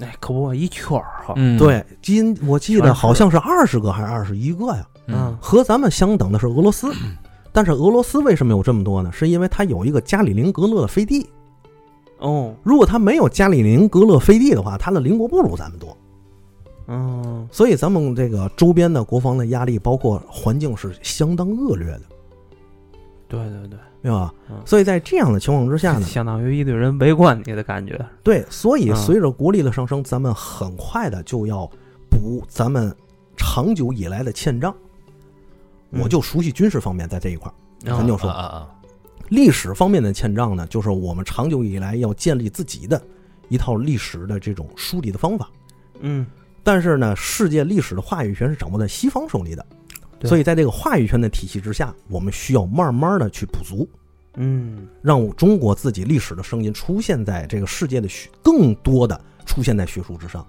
[SPEAKER 3] 哎，可不嘛，一圈儿哈，
[SPEAKER 1] 嗯，
[SPEAKER 2] 对，今我记
[SPEAKER 3] 全
[SPEAKER 2] 得
[SPEAKER 3] 是
[SPEAKER 2] 好像是二十个还是二十一个呀，
[SPEAKER 1] 嗯，
[SPEAKER 2] 和咱们相等的是俄罗斯。但是俄罗斯为什么有这么多呢？是因为它有一个加里宁格勒的飞地。
[SPEAKER 3] 哦，
[SPEAKER 2] 如果它没有加里宁格勒飞地的话，它的邻国不如咱们多。
[SPEAKER 3] 嗯
[SPEAKER 2] 所以咱们这个周边的国防的压力，包括环境是相当恶劣的，
[SPEAKER 3] 对对对，
[SPEAKER 2] 对吧
[SPEAKER 3] 嗯？
[SPEAKER 2] 啊所以在这样的情况之下呢，
[SPEAKER 3] 相当于一堆人围观你的感觉。
[SPEAKER 2] 对，所以
[SPEAKER 3] 嗯
[SPEAKER 2] 随着国力的上升，咱们很快的就要补咱们长久以来的欠账。
[SPEAKER 3] 嗯
[SPEAKER 2] 我就熟悉军事方面，在这一块儿，咱就
[SPEAKER 1] 啊
[SPEAKER 2] 说
[SPEAKER 1] 啊啊，
[SPEAKER 2] 历史方面的欠账呢，就是我们长久以来要建立自己的一套历史的这种梳理的方法。
[SPEAKER 3] 嗯，
[SPEAKER 2] 但是呢，世界历史的话语权是掌握在西方手里的，
[SPEAKER 3] 对
[SPEAKER 2] 所以在这个话语权的体系之下，我们需要慢慢的去补足，
[SPEAKER 3] 嗯，
[SPEAKER 2] 让中国自己历史的声音出现在这个世界的学，更多的出现在学术之上，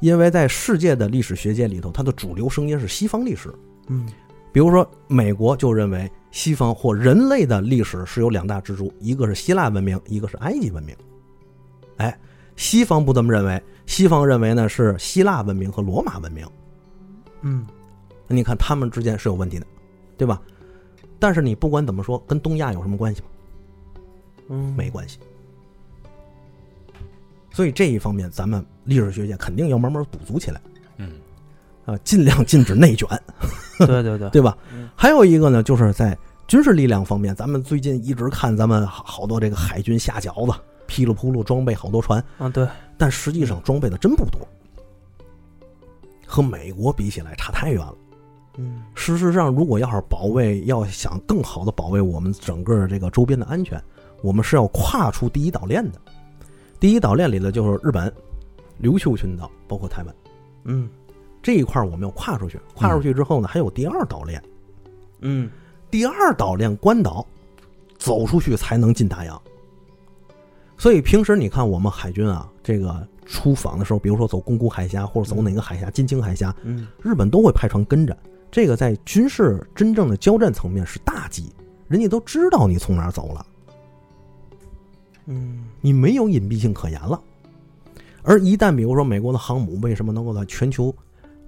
[SPEAKER 2] 因为在世界的历史学界里头，它的主流声音是西方历史。
[SPEAKER 3] 嗯，
[SPEAKER 2] 比如说，美国就认为西方或人类的历史是有两大支柱，一个是希腊文明，一个是埃及文明。哎，西方不这么认为，西方认为呢是希腊文明和罗马文明。
[SPEAKER 3] 嗯，
[SPEAKER 2] 那你看他们之间是有问题的，对吧？但是你不管怎么说，跟东亚有什么关系吗？
[SPEAKER 3] 嗯，
[SPEAKER 2] 没关系。所以这一方面，咱们历史学界肯定要慢慢补足起来
[SPEAKER 1] 嗯，
[SPEAKER 2] 啊，尽量禁止内卷，
[SPEAKER 3] 对对对，
[SPEAKER 2] 对吧
[SPEAKER 3] 嗯？
[SPEAKER 2] 还有一个呢，就是在军事力量方面，咱们最近一直看咱们好好多这个海军下饺子，噼里扑噜装备好多船，
[SPEAKER 3] 啊对，
[SPEAKER 2] 但实际上装备的真不多，和美国比起来差太远了。
[SPEAKER 3] 嗯
[SPEAKER 2] 事实上，如果要是保卫，要想更好的保卫我们整个这个周边的安全，我们是要跨出第一岛链的。第一岛链里的就是日本、琉球群岛，包括台湾
[SPEAKER 3] 嗯
[SPEAKER 2] 这一块，我们要跨出去。跨出去之后呢，还有第二岛链，
[SPEAKER 3] 嗯
[SPEAKER 2] 第二岛链关岛，走出去才能进大洋。所以平时你看我们海军啊，这个出访的时候，比如说走宫古海峡或者走哪个海峡，金青海峡，
[SPEAKER 3] 嗯
[SPEAKER 2] 日本都会派船跟着。这个在军事真正的交战层面是大忌，人家都知道你从哪儿走了，
[SPEAKER 3] 嗯
[SPEAKER 2] 你没有隐蔽性可言了。而一旦比如说美国的航母为什么能够在全球，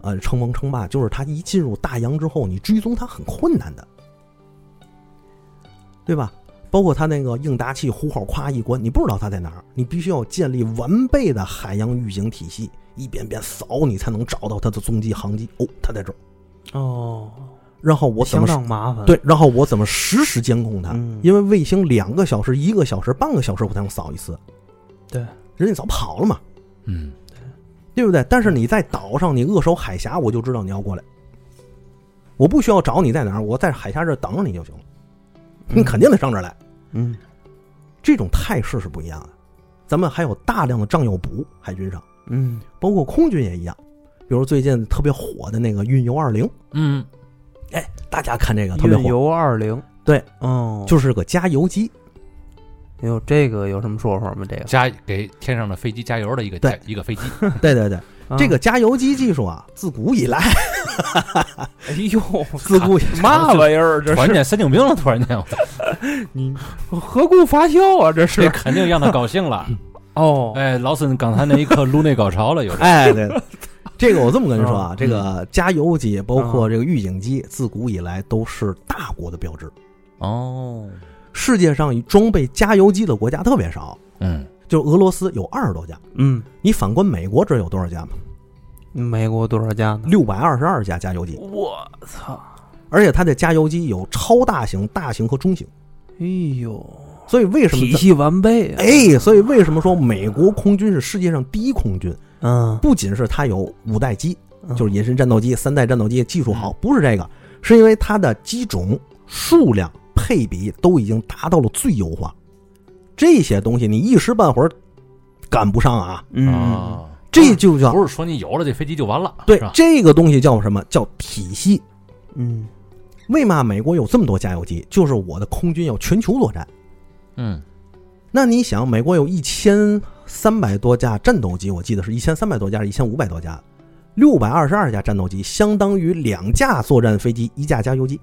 [SPEAKER 2] 呃称王称霸，就是它一进入大洋之后，你追踪它很困难的，对吧？包括它那个应答器呼号夸一关，你不知道它在哪儿，你必须要建立完备的海洋预警体系，一遍遍扫，你才能找到它的踪迹航迹。哦，它在这儿，
[SPEAKER 3] 哦，
[SPEAKER 2] 然后我怎
[SPEAKER 3] 相
[SPEAKER 2] 么
[SPEAKER 3] 当麻烦，，
[SPEAKER 2] 对，然后我怎么实时监控它？
[SPEAKER 3] 嗯
[SPEAKER 2] 因为卫星两个小时、一个小时、半个小时我才能扫一次，
[SPEAKER 3] 对，
[SPEAKER 2] 人家早跑了嘛，
[SPEAKER 1] 嗯，
[SPEAKER 2] 对不对？但是你在岛上，你扼守海峡，我就知道你要过来，我不需要找你在哪儿，我在海峡这儿等着你就行了，你肯定得上这儿来。
[SPEAKER 3] 嗯
[SPEAKER 2] 这种态势是不一样的。咱们还有大量的战友补海军上，
[SPEAKER 3] 嗯
[SPEAKER 2] 包括空军也一样，比如最近特别火的那个运油二零，
[SPEAKER 1] 嗯，
[SPEAKER 2] 大家看这个特别
[SPEAKER 3] 运
[SPEAKER 2] 火，
[SPEAKER 3] 油二零，
[SPEAKER 2] 对，
[SPEAKER 3] 哦，
[SPEAKER 2] 就是个加油机，
[SPEAKER 3] 有这个有什么说法吗？这个
[SPEAKER 1] 加给天上的飞机加油的一个
[SPEAKER 2] 对
[SPEAKER 1] 一个飞机，
[SPEAKER 2] 对对对，
[SPEAKER 3] 啊
[SPEAKER 2] 这个加油机技术啊，自古以来，
[SPEAKER 3] 哎呦，
[SPEAKER 2] 自古以
[SPEAKER 3] 嘛玩意儿？这
[SPEAKER 1] 突然
[SPEAKER 3] 是
[SPEAKER 1] 间三井兵了，突然 间，我操
[SPEAKER 3] 你何故发笑啊？这
[SPEAKER 1] 这
[SPEAKER 3] 是
[SPEAKER 1] 肯定让他高兴了。
[SPEAKER 3] 哦，
[SPEAKER 1] 哎，劳森刚才那一刻颅内高潮了，有 点。
[SPEAKER 2] 哎，对，这个我这么跟你说啊
[SPEAKER 3] 嗯，
[SPEAKER 2] 这个加油机包括这个预警机，自古以来都是大国的标志。
[SPEAKER 1] 哦，
[SPEAKER 2] 世界上以装备加油机的国家特别少，
[SPEAKER 1] 嗯，
[SPEAKER 2] 就是俄罗斯有二十多家，
[SPEAKER 3] 嗯，
[SPEAKER 2] 你反观美国这有多少家吗？
[SPEAKER 3] 美国多少家呢？
[SPEAKER 2] 六百二十二家加油机，
[SPEAKER 3] 我操！
[SPEAKER 2] 而且它的加油机有超大型、大型和中型，
[SPEAKER 3] 哎呦，
[SPEAKER 2] 所以为什么
[SPEAKER 3] 体？系完备啊！
[SPEAKER 2] 哎，所以为什么说美国空军是世界上第一空军？
[SPEAKER 3] 嗯，
[SPEAKER 2] 不仅是它有五代机，就是隐身战斗机、三代战斗机技术好
[SPEAKER 1] 嗯，
[SPEAKER 2] 不是这个，是因为它的机种数量配比都已经达到了最优化。这些东西你一时半会儿赶不上啊，
[SPEAKER 3] 嗯，
[SPEAKER 1] 啊，
[SPEAKER 2] 这就叫
[SPEAKER 1] 不是说你有了这飞机就完了，
[SPEAKER 2] 对
[SPEAKER 1] 是吧？
[SPEAKER 2] 这个东西叫什么叫体系？
[SPEAKER 3] 嗯
[SPEAKER 2] 为嘛美国有这么多加油机？就是我的空军要全球作战。
[SPEAKER 1] 嗯
[SPEAKER 2] 那你想，美国有一千三百多架战斗机，我记得是一千三百多架，一千五百多架，六百二十二架战斗机，相当于两架作战飞机，一架加油机，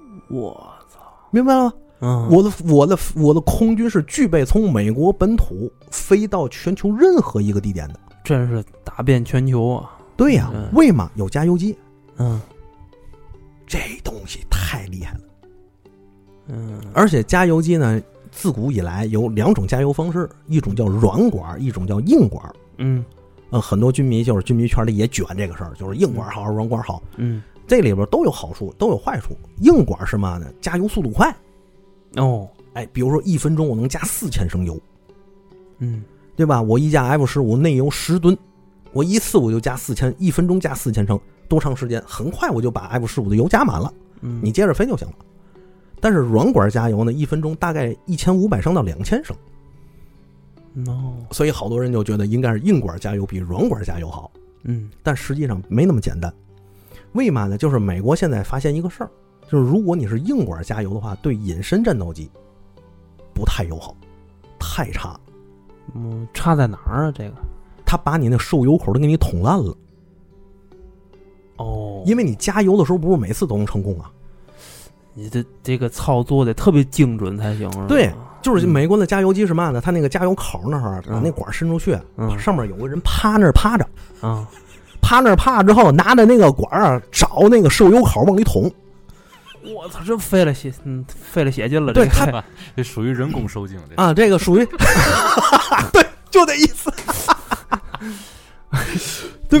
[SPEAKER 3] 嗯，我操！
[SPEAKER 2] 明白了吗？
[SPEAKER 3] 嗯，
[SPEAKER 2] 我的我的我的空军是具备从美国本土飞到全球任何一个地点的。
[SPEAKER 3] 真是打遍全球啊！
[SPEAKER 2] 对呀、
[SPEAKER 3] 嗯
[SPEAKER 2] 为嘛有加油机？
[SPEAKER 3] 嗯
[SPEAKER 2] 这东西太厉害了。
[SPEAKER 3] 嗯，
[SPEAKER 2] 而且加油机呢，自古以来有两种加油方式，一种叫软管，一种叫硬管。
[SPEAKER 3] 嗯
[SPEAKER 2] 呃，很多军迷就是军迷圈里也卷这个事儿，就是硬管好，软管好，
[SPEAKER 3] 嗯，
[SPEAKER 2] 这里边都有好处，都有坏处。硬管是嘛呢？加油速度快，
[SPEAKER 3] 哦，
[SPEAKER 2] 哎，比如说一分钟我能加四千升油，
[SPEAKER 3] 嗯
[SPEAKER 2] 对吧？我一架 F 十五内油十吨，我一次我就加四千，一分钟加四千升，多长时间？很快我就把 F 十五的油加满了，
[SPEAKER 3] 嗯，
[SPEAKER 2] 你接着飞就行了。但是软管加油呢，一分钟大概一千五百升到两千升，
[SPEAKER 3] no，
[SPEAKER 2] 所以好多人就觉得应该是硬管加油比软管加油好，
[SPEAKER 3] 嗯
[SPEAKER 2] 但实际上没那么简单。为嘛呢？就是美国现在发现一个事儿，就是如果你是硬管加油的话，对隐身战斗机不太友好，太差，
[SPEAKER 3] 嗯，差在哪儿啊？这个
[SPEAKER 2] 它把你那受油口都给你捅烂了。
[SPEAKER 3] 哦
[SPEAKER 2] 因为你加油的时候不是每次都能成功啊，
[SPEAKER 3] 你这这个操作得特别精准才行，是吧
[SPEAKER 2] 对就是美国的加油机是嘛呢？它那个加油口那儿把
[SPEAKER 3] 嗯
[SPEAKER 2] 那管儿伸出去，
[SPEAKER 3] 嗯
[SPEAKER 2] 上面有个人趴那儿趴着，
[SPEAKER 3] 啊，
[SPEAKER 2] 趴那儿趴着之后，拿着那个管儿啊找那个受油口往里捅。
[SPEAKER 3] 我操，这费了血，嗯，费了血劲了，
[SPEAKER 2] 对
[SPEAKER 3] 这个
[SPEAKER 2] 他
[SPEAKER 1] 这属于人工受精 的。
[SPEAKER 2] 啊，这个 属于，对，就这意思，对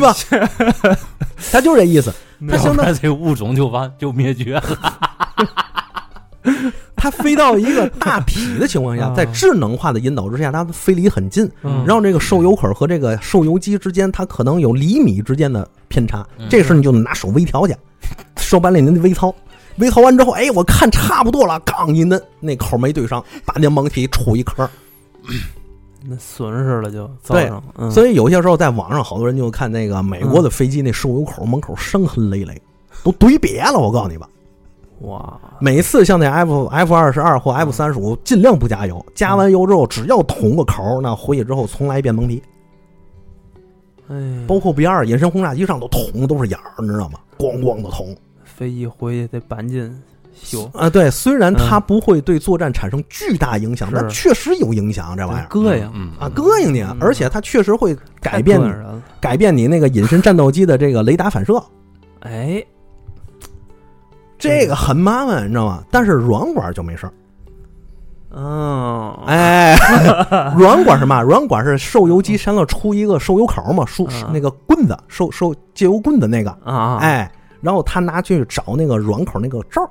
[SPEAKER 2] 吧？他就这意思，他
[SPEAKER 1] 要
[SPEAKER 2] 相
[SPEAKER 1] 不
[SPEAKER 2] 当
[SPEAKER 1] 然这物种就完 就灭绝了。
[SPEAKER 2] 他飞到一个大体的情况下，
[SPEAKER 3] 啊
[SPEAKER 2] 在智能化的引导之下，它飞离很近，
[SPEAKER 3] 嗯
[SPEAKER 2] 然后这个受油口和这个受油机之间，它可能有厘米之间的偏差
[SPEAKER 1] 嗯，
[SPEAKER 2] 这时候你就拿手微调去， 说白了您微操。微操完之后，哎，我看差不多了，杠一摁，那口没对上，把那蒙体杵一坑。
[SPEAKER 3] 那损失了就造
[SPEAKER 2] 对
[SPEAKER 3] 成，嗯
[SPEAKER 2] 所以有些时候在网上，好多人就看那个美国的飞机那受油口门口伤痕累累，都怼瘪了。我告诉你吧，
[SPEAKER 3] 哇，
[SPEAKER 2] 每次像那 F F 二十二或 F 三十五，尽量不加油，加完油之后只要捅个口，那回去之后重来一遍蒙皮，
[SPEAKER 3] 哎呀，
[SPEAKER 2] 包括 B 二隐身轰炸机上都捅都是眼儿，你知道吗？咣咣的捅
[SPEAKER 3] 飞机回去得板筋修，
[SPEAKER 2] 啊！对，虽然它
[SPEAKER 3] 嗯
[SPEAKER 2] 不会对作战产生巨大影响，
[SPEAKER 3] 是
[SPEAKER 2] 但确实有影响，这玩意儿。
[SPEAKER 3] 膈应，
[SPEAKER 1] 嗯
[SPEAKER 2] 啊，膈应你啊
[SPEAKER 3] 嗯！
[SPEAKER 2] 而且它确实会改
[SPEAKER 3] 太
[SPEAKER 2] 变
[SPEAKER 3] 膈应人了，
[SPEAKER 2] 改变你那个隐身战斗机的这个雷达反射，
[SPEAKER 3] 哎，
[SPEAKER 2] 这个很麻烦，你知道吗？但是软管就没事儿。
[SPEAKER 3] 嗯，，
[SPEAKER 2] 哎，软管是嘛？软管是受油机扇了出一个受油口嘛，受
[SPEAKER 3] 嗯
[SPEAKER 2] 那个棍子，受受借油棍的那个，
[SPEAKER 3] 啊，，
[SPEAKER 2] 哎，然后他拿去找那个软口那个罩儿，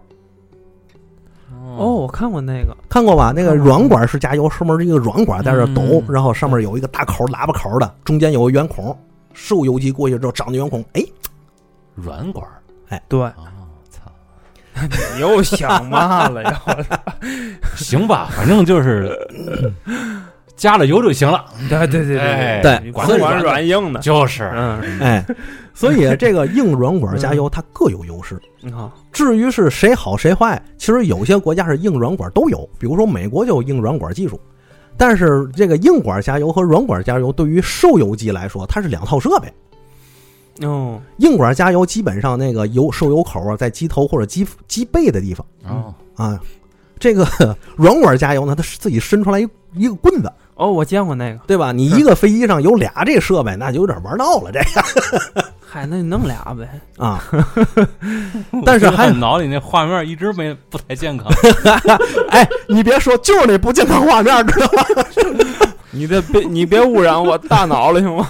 [SPEAKER 3] 哦，我看过那个，
[SPEAKER 2] 看过吧？那个
[SPEAKER 3] 看过
[SPEAKER 2] 软管是加油，上面是一个软管在这抖，
[SPEAKER 1] 嗯
[SPEAKER 2] 然后上面有一个大口喇叭口的，中间有个圆孔，受油机过去之后找那圆孔，哎，
[SPEAKER 1] 软管儿
[SPEAKER 3] 对，
[SPEAKER 1] 啊，操，
[SPEAKER 3] 你又想嘛了呀？
[SPEAKER 1] 行吧， 反正就是 加了油就行了。
[SPEAKER 3] 对对对
[SPEAKER 1] 哎
[SPEAKER 2] 对
[SPEAKER 3] 你
[SPEAKER 1] 管
[SPEAKER 3] 管
[SPEAKER 1] 得
[SPEAKER 3] 管
[SPEAKER 1] 软
[SPEAKER 3] 软硬的，
[SPEAKER 1] 就是，
[SPEAKER 3] 嗯，
[SPEAKER 2] 哎，所以这个硬软管加油它各有优势。
[SPEAKER 3] 你好，
[SPEAKER 2] 至于是谁好谁坏，其实有些国家是硬软管都有，比如说美国就有硬软管技术。但是这个硬管加油和软管加油对于受油机来说，它是两套设备。
[SPEAKER 3] 哦，
[SPEAKER 2] 硬管加油基本上那个油受油口啊，在机头或者机机背的地方
[SPEAKER 1] 哦，
[SPEAKER 2] 啊。这个 呵软管加油呢，它是自己伸出来一一个棍子，
[SPEAKER 3] 哦，我见过那个，
[SPEAKER 2] 对吧？你一个飞机上有俩这设备，那就有点玩闹了这
[SPEAKER 3] 嗨，那你弄俩呗，
[SPEAKER 2] 个啊。 但是还
[SPEAKER 1] 我脑里那画面一直没不太健康。
[SPEAKER 2] 哎，你别说，就是那不健康画面，知道吗？
[SPEAKER 3] 你这别你别污染我大脑了行吗？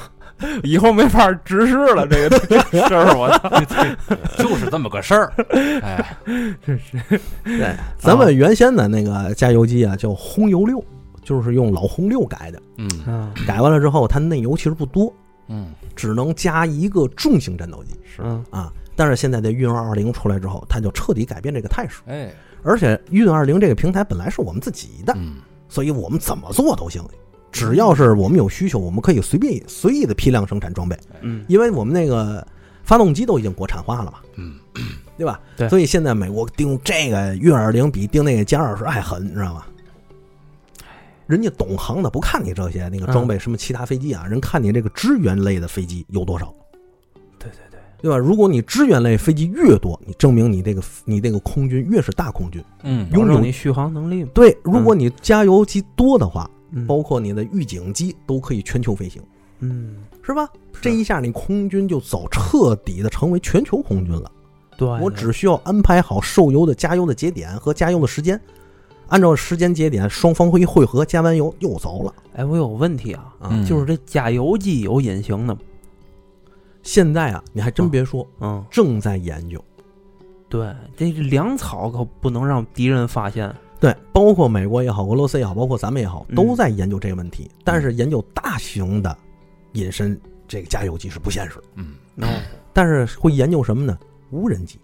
[SPEAKER 3] 以后没法直视了，这个事儿 我操，
[SPEAKER 1] 就是这么个事儿。哎，
[SPEAKER 3] 真是
[SPEAKER 2] 对，咱们原先的那个加油机啊，叫轰油六，就是用老轰六改的。
[SPEAKER 1] 嗯
[SPEAKER 3] 啊，
[SPEAKER 2] 改完了之后，它内油其实不多，
[SPEAKER 1] 嗯，
[SPEAKER 2] 只能加一个重型战斗机
[SPEAKER 1] 是
[SPEAKER 3] 嗯
[SPEAKER 2] 啊。但是现在的运二二零出来之后，它就彻底改变这个态势。
[SPEAKER 1] 哎，
[SPEAKER 2] 而且运二零这个平台本来是我们自己的，
[SPEAKER 1] 嗯，
[SPEAKER 2] 所以我们怎么做都行，只要是我们有需求，我们可以随便随意的批量生产装备，
[SPEAKER 3] 嗯，
[SPEAKER 2] 因为我们那个发动机都已经国产化了嘛。
[SPEAKER 1] 嗯，
[SPEAKER 2] 对吧？
[SPEAKER 3] 对
[SPEAKER 2] 所以现在美国盯这个运二零比盯那个歼二十还狠，你知道吗？人家懂行的不看你这些那个装备，什么其他飞机啊，
[SPEAKER 3] 嗯
[SPEAKER 2] 人看你这个支援类的飞机有多少，
[SPEAKER 3] 对对对，
[SPEAKER 2] 对吧？如果你支援类飞机越多，你证明你这个你这个空军越是大空军。
[SPEAKER 1] 嗯，
[SPEAKER 2] 拥有
[SPEAKER 3] 保证你续航能力嘛，
[SPEAKER 2] 对，如果你加油机多的话，
[SPEAKER 3] 嗯
[SPEAKER 2] 包括你的预警机都可以全球飞行，
[SPEAKER 3] 嗯，
[SPEAKER 2] 是吧？这一下你空军就走彻底的成为全球空军了。
[SPEAKER 3] 对，
[SPEAKER 2] 我只需要安排好受油的加油的节点和加油的时间，按照时间节点双方会汇合，加完油又走了
[SPEAKER 3] 哎，我有问题啊，
[SPEAKER 2] 啊。
[SPEAKER 1] 嗯
[SPEAKER 3] 就是这加油机有隐形的吗？
[SPEAKER 2] 现在啊，你还真别说，
[SPEAKER 3] 嗯，
[SPEAKER 2] 正在研究。
[SPEAKER 3] 对，这粮草可不能让敌人发现，
[SPEAKER 2] 对，包括美国也好，俄罗斯也好，包括咱们也好，
[SPEAKER 3] 嗯
[SPEAKER 2] 都在研究这个问题。但是研究大型的隐身这个加油机是不现实，
[SPEAKER 1] 嗯，
[SPEAKER 3] 哦，
[SPEAKER 2] 但是会研究什么呢？无人机，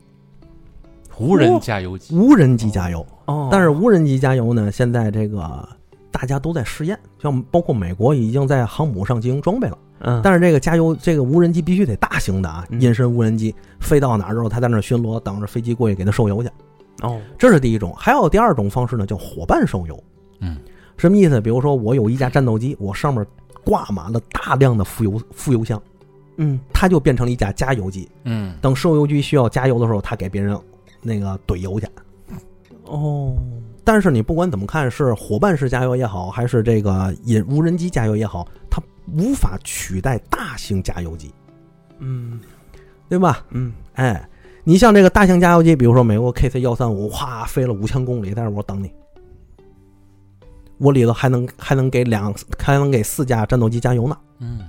[SPEAKER 1] 无人加油机，
[SPEAKER 2] 无人机加油。
[SPEAKER 3] 哦，
[SPEAKER 2] 但是无人机加油呢，现在这个大家都在试验，像包括美国已经在航母上进行装备了。
[SPEAKER 3] 嗯，
[SPEAKER 2] 但是这个加油，这个无人机必须得大型的啊，
[SPEAKER 3] 嗯
[SPEAKER 2] 隐身无人机飞到哪儿之后，它在那儿巡逻，等着飞机过去给它收油去。
[SPEAKER 3] 哦，
[SPEAKER 2] 这是第一种。还有第二种方式呢，叫伙伴收油。
[SPEAKER 1] 嗯，
[SPEAKER 2] 什么意思？比如说我有一架战斗机，我上面挂满了大量的副油副油箱，
[SPEAKER 3] 嗯，
[SPEAKER 2] 它就变成了一架加油机。
[SPEAKER 1] 嗯，
[SPEAKER 2] 等收油机需要加油的时候，它给别人那个怼油去。
[SPEAKER 3] 哦，
[SPEAKER 2] 但是你不管怎么看，是伙伴式加油也好，还是这个引无人机加油也好，它无法取代大型加油机，
[SPEAKER 3] 嗯
[SPEAKER 2] 对吧？
[SPEAKER 3] 嗯，
[SPEAKER 2] 哎，你像这个大型加油机，比如说美国 KC 幺三五，哗飞了五千公里，但是我等你，我里头还能还能给两还能给四架战斗机加油呢。
[SPEAKER 1] 嗯，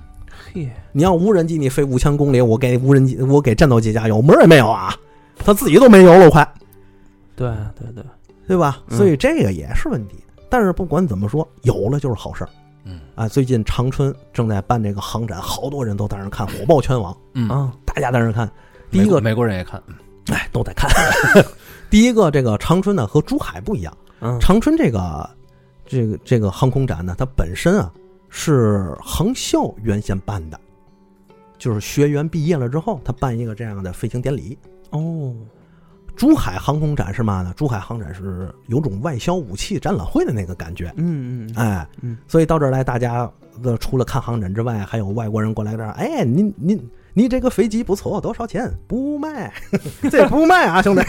[SPEAKER 3] 嘿，
[SPEAKER 2] 你要无人机，你飞五千公里，我给无人机我给战斗机加油，门儿也没有啊，他自己都没油了，快，
[SPEAKER 3] 对对对，
[SPEAKER 2] 对吧？
[SPEAKER 3] 嗯
[SPEAKER 2] 所以这个也是问题。但是不管怎么说，有了就是好事儿
[SPEAKER 1] 嗯，
[SPEAKER 2] 啊！最近长春正在办这个航展，好多人都在那儿看，火爆全网，
[SPEAKER 1] 嗯
[SPEAKER 3] 啊，
[SPEAKER 2] 大家在那儿看。第一个
[SPEAKER 1] 美国人也看，
[SPEAKER 2] 哎，都得看。 第一个，这个长春呢和珠海不一样，
[SPEAKER 3] 嗯，
[SPEAKER 2] 长春这个这个这个航空展呢，它本身啊是航校原先办的，就是学员毕业了之后，他办一个这样的飞行典礼。
[SPEAKER 3] 哦，
[SPEAKER 2] 珠海航空展是嘛呢？珠海航展是有种外销武器展览会的那个感觉，
[SPEAKER 3] 嗯嗯，
[SPEAKER 2] 哎，
[SPEAKER 3] 嗯
[SPEAKER 2] 所以到这儿来，大家呃除了看航展之外，还有外国人过来这儿，哎，您您你这个飞机不错，多少钱？不卖，这不卖啊，兄弟。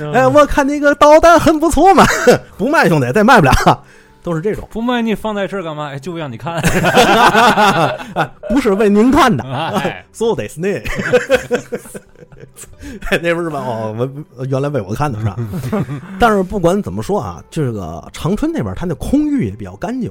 [SPEAKER 3] 嗯，
[SPEAKER 2] 哎，我看那个导弹很不错嘛， 不卖兄弟，再卖不了，都是这种，
[SPEAKER 1] 不卖你放在这儿干嘛？ 哎，就让你看，
[SPEAKER 2] 不是为您看的。
[SPEAKER 1] 哎，
[SPEAKER 2] So this n a 那边是吧？哦，我原来为我看的 是吧？但是不管怎么说啊，这个长春那边它那空域也比较干净，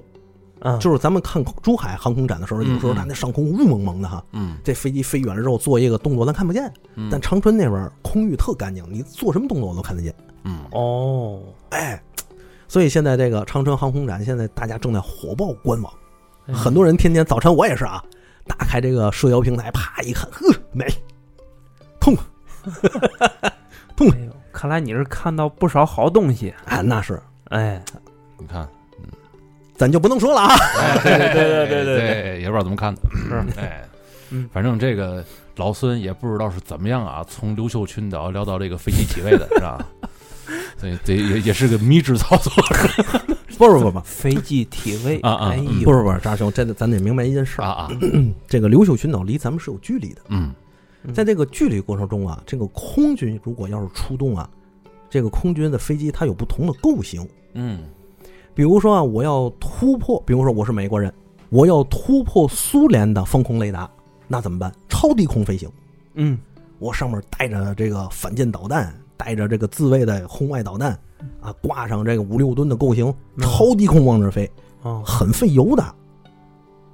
[SPEAKER 3] 嗯
[SPEAKER 2] 就是咱们看珠海航空展的时候，有时候它那上空雾蒙蒙的哈，
[SPEAKER 1] 嗯
[SPEAKER 2] 这飞机飞远了之后做一个动作咱看不见，
[SPEAKER 1] 嗯
[SPEAKER 2] 但长春那边空域特干净，你做什么动作我都看得见。
[SPEAKER 1] 嗯
[SPEAKER 3] 哦，
[SPEAKER 2] 哎，所以现在这个长春航空展，现在大家正在火爆观望，
[SPEAKER 3] 哎
[SPEAKER 2] 很多人天天早晨我也是啊，打开这个社交平台，啪一看，呵，美，
[SPEAKER 3] 哎呦，看来你是看到不少好东西，
[SPEAKER 2] 啊，那是
[SPEAKER 3] 哎，
[SPEAKER 1] 你看，
[SPEAKER 2] 咱就不能说了啊。
[SPEAKER 1] 哎
[SPEAKER 3] 对对对对对对
[SPEAKER 1] 也不知道怎么看的，
[SPEAKER 3] 是
[SPEAKER 1] 哎
[SPEAKER 3] 嗯，
[SPEAKER 1] 反正这个老孙也不知道是怎么样啊，从刘秀群岛聊到这个飞机起飞的，是 吧？所以这也也是个迷之操作，
[SPEAKER 2] 不是不是不是
[SPEAKER 3] 飞机 体位
[SPEAKER 1] 啊啊
[SPEAKER 3] 哎
[SPEAKER 1] 嗯
[SPEAKER 2] 不
[SPEAKER 3] 呦，
[SPEAKER 2] 是不是，扎兄，这咱得明白一件事
[SPEAKER 1] 啊
[SPEAKER 2] 儿，
[SPEAKER 1] 啊，
[SPEAKER 2] 这个琉球群岛离咱们是有距离的，
[SPEAKER 1] 嗯
[SPEAKER 3] 嗯
[SPEAKER 2] 在这个距离过程中啊，这个空军如果要是出动啊，这个空军的飞机它有不同的构型，
[SPEAKER 1] 嗯
[SPEAKER 2] 比如说啊，我要突破，比如说我是美国人，我要突破苏联的防空雷达，那怎么办？超低空飞行，
[SPEAKER 3] 嗯，
[SPEAKER 2] 我上面带着这个反舰导弹，带着这个自卫的红外导弹，啊，挂上这个五六吨的构型，
[SPEAKER 3] 嗯
[SPEAKER 2] 超低空往这飞，
[SPEAKER 3] 哦，
[SPEAKER 2] 很费油的，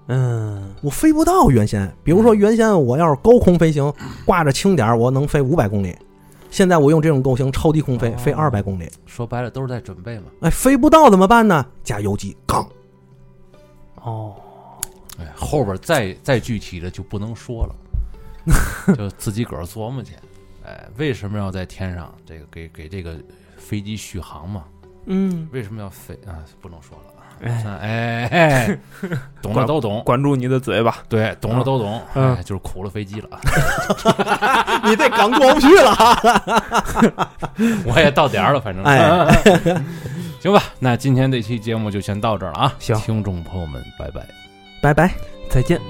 [SPEAKER 3] 嗯，
[SPEAKER 2] 我飞不到。原先，比如说原先我要是高空飞行，挂着轻点儿，我能飞五百公里。现在我用这种构型超低空飞，
[SPEAKER 3] 哦
[SPEAKER 2] 飞二百公里，
[SPEAKER 1] 说白了都是在准备嘛。
[SPEAKER 2] 哎，飞不到怎么办呢？加油机，杠，
[SPEAKER 3] 哦，
[SPEAKER 1] 哎，后边再再具体的就不能说 了，就自己个儿琢磨去。哎，为什么要在天上这个给给这个飞机续航嘛？
[SPEAKER 3] 嗯，
[SPEAKER 1] 为什么要飞啊？不能说了啊。
[SPEAKER 3] 哎，
[SPEAKER 1] 哎哎，懂了都 懂，
[SPEAKER 3] 管住你的嘴吧，
[SPEAKER 1] 对，懂了都懂，
[SPEAKER 3] 嗯
[SPEAKER 1] 哎，就是苦了飞机了。
[SPEAKER 2] 你这杠过不去了。
[SPEAKER 1] 我也到点儿了，反正。
[SPEAKER 2] 哎，
[SPEAKER 1] 行吧，那今天这期节目就先到这儿了啊，
[SPEAKER 3] 行
[SPEAKER 1] 听众朋友们，拜拜。
[SPEAKER 2] 拜拜。
[SPEAKER 3] 再见。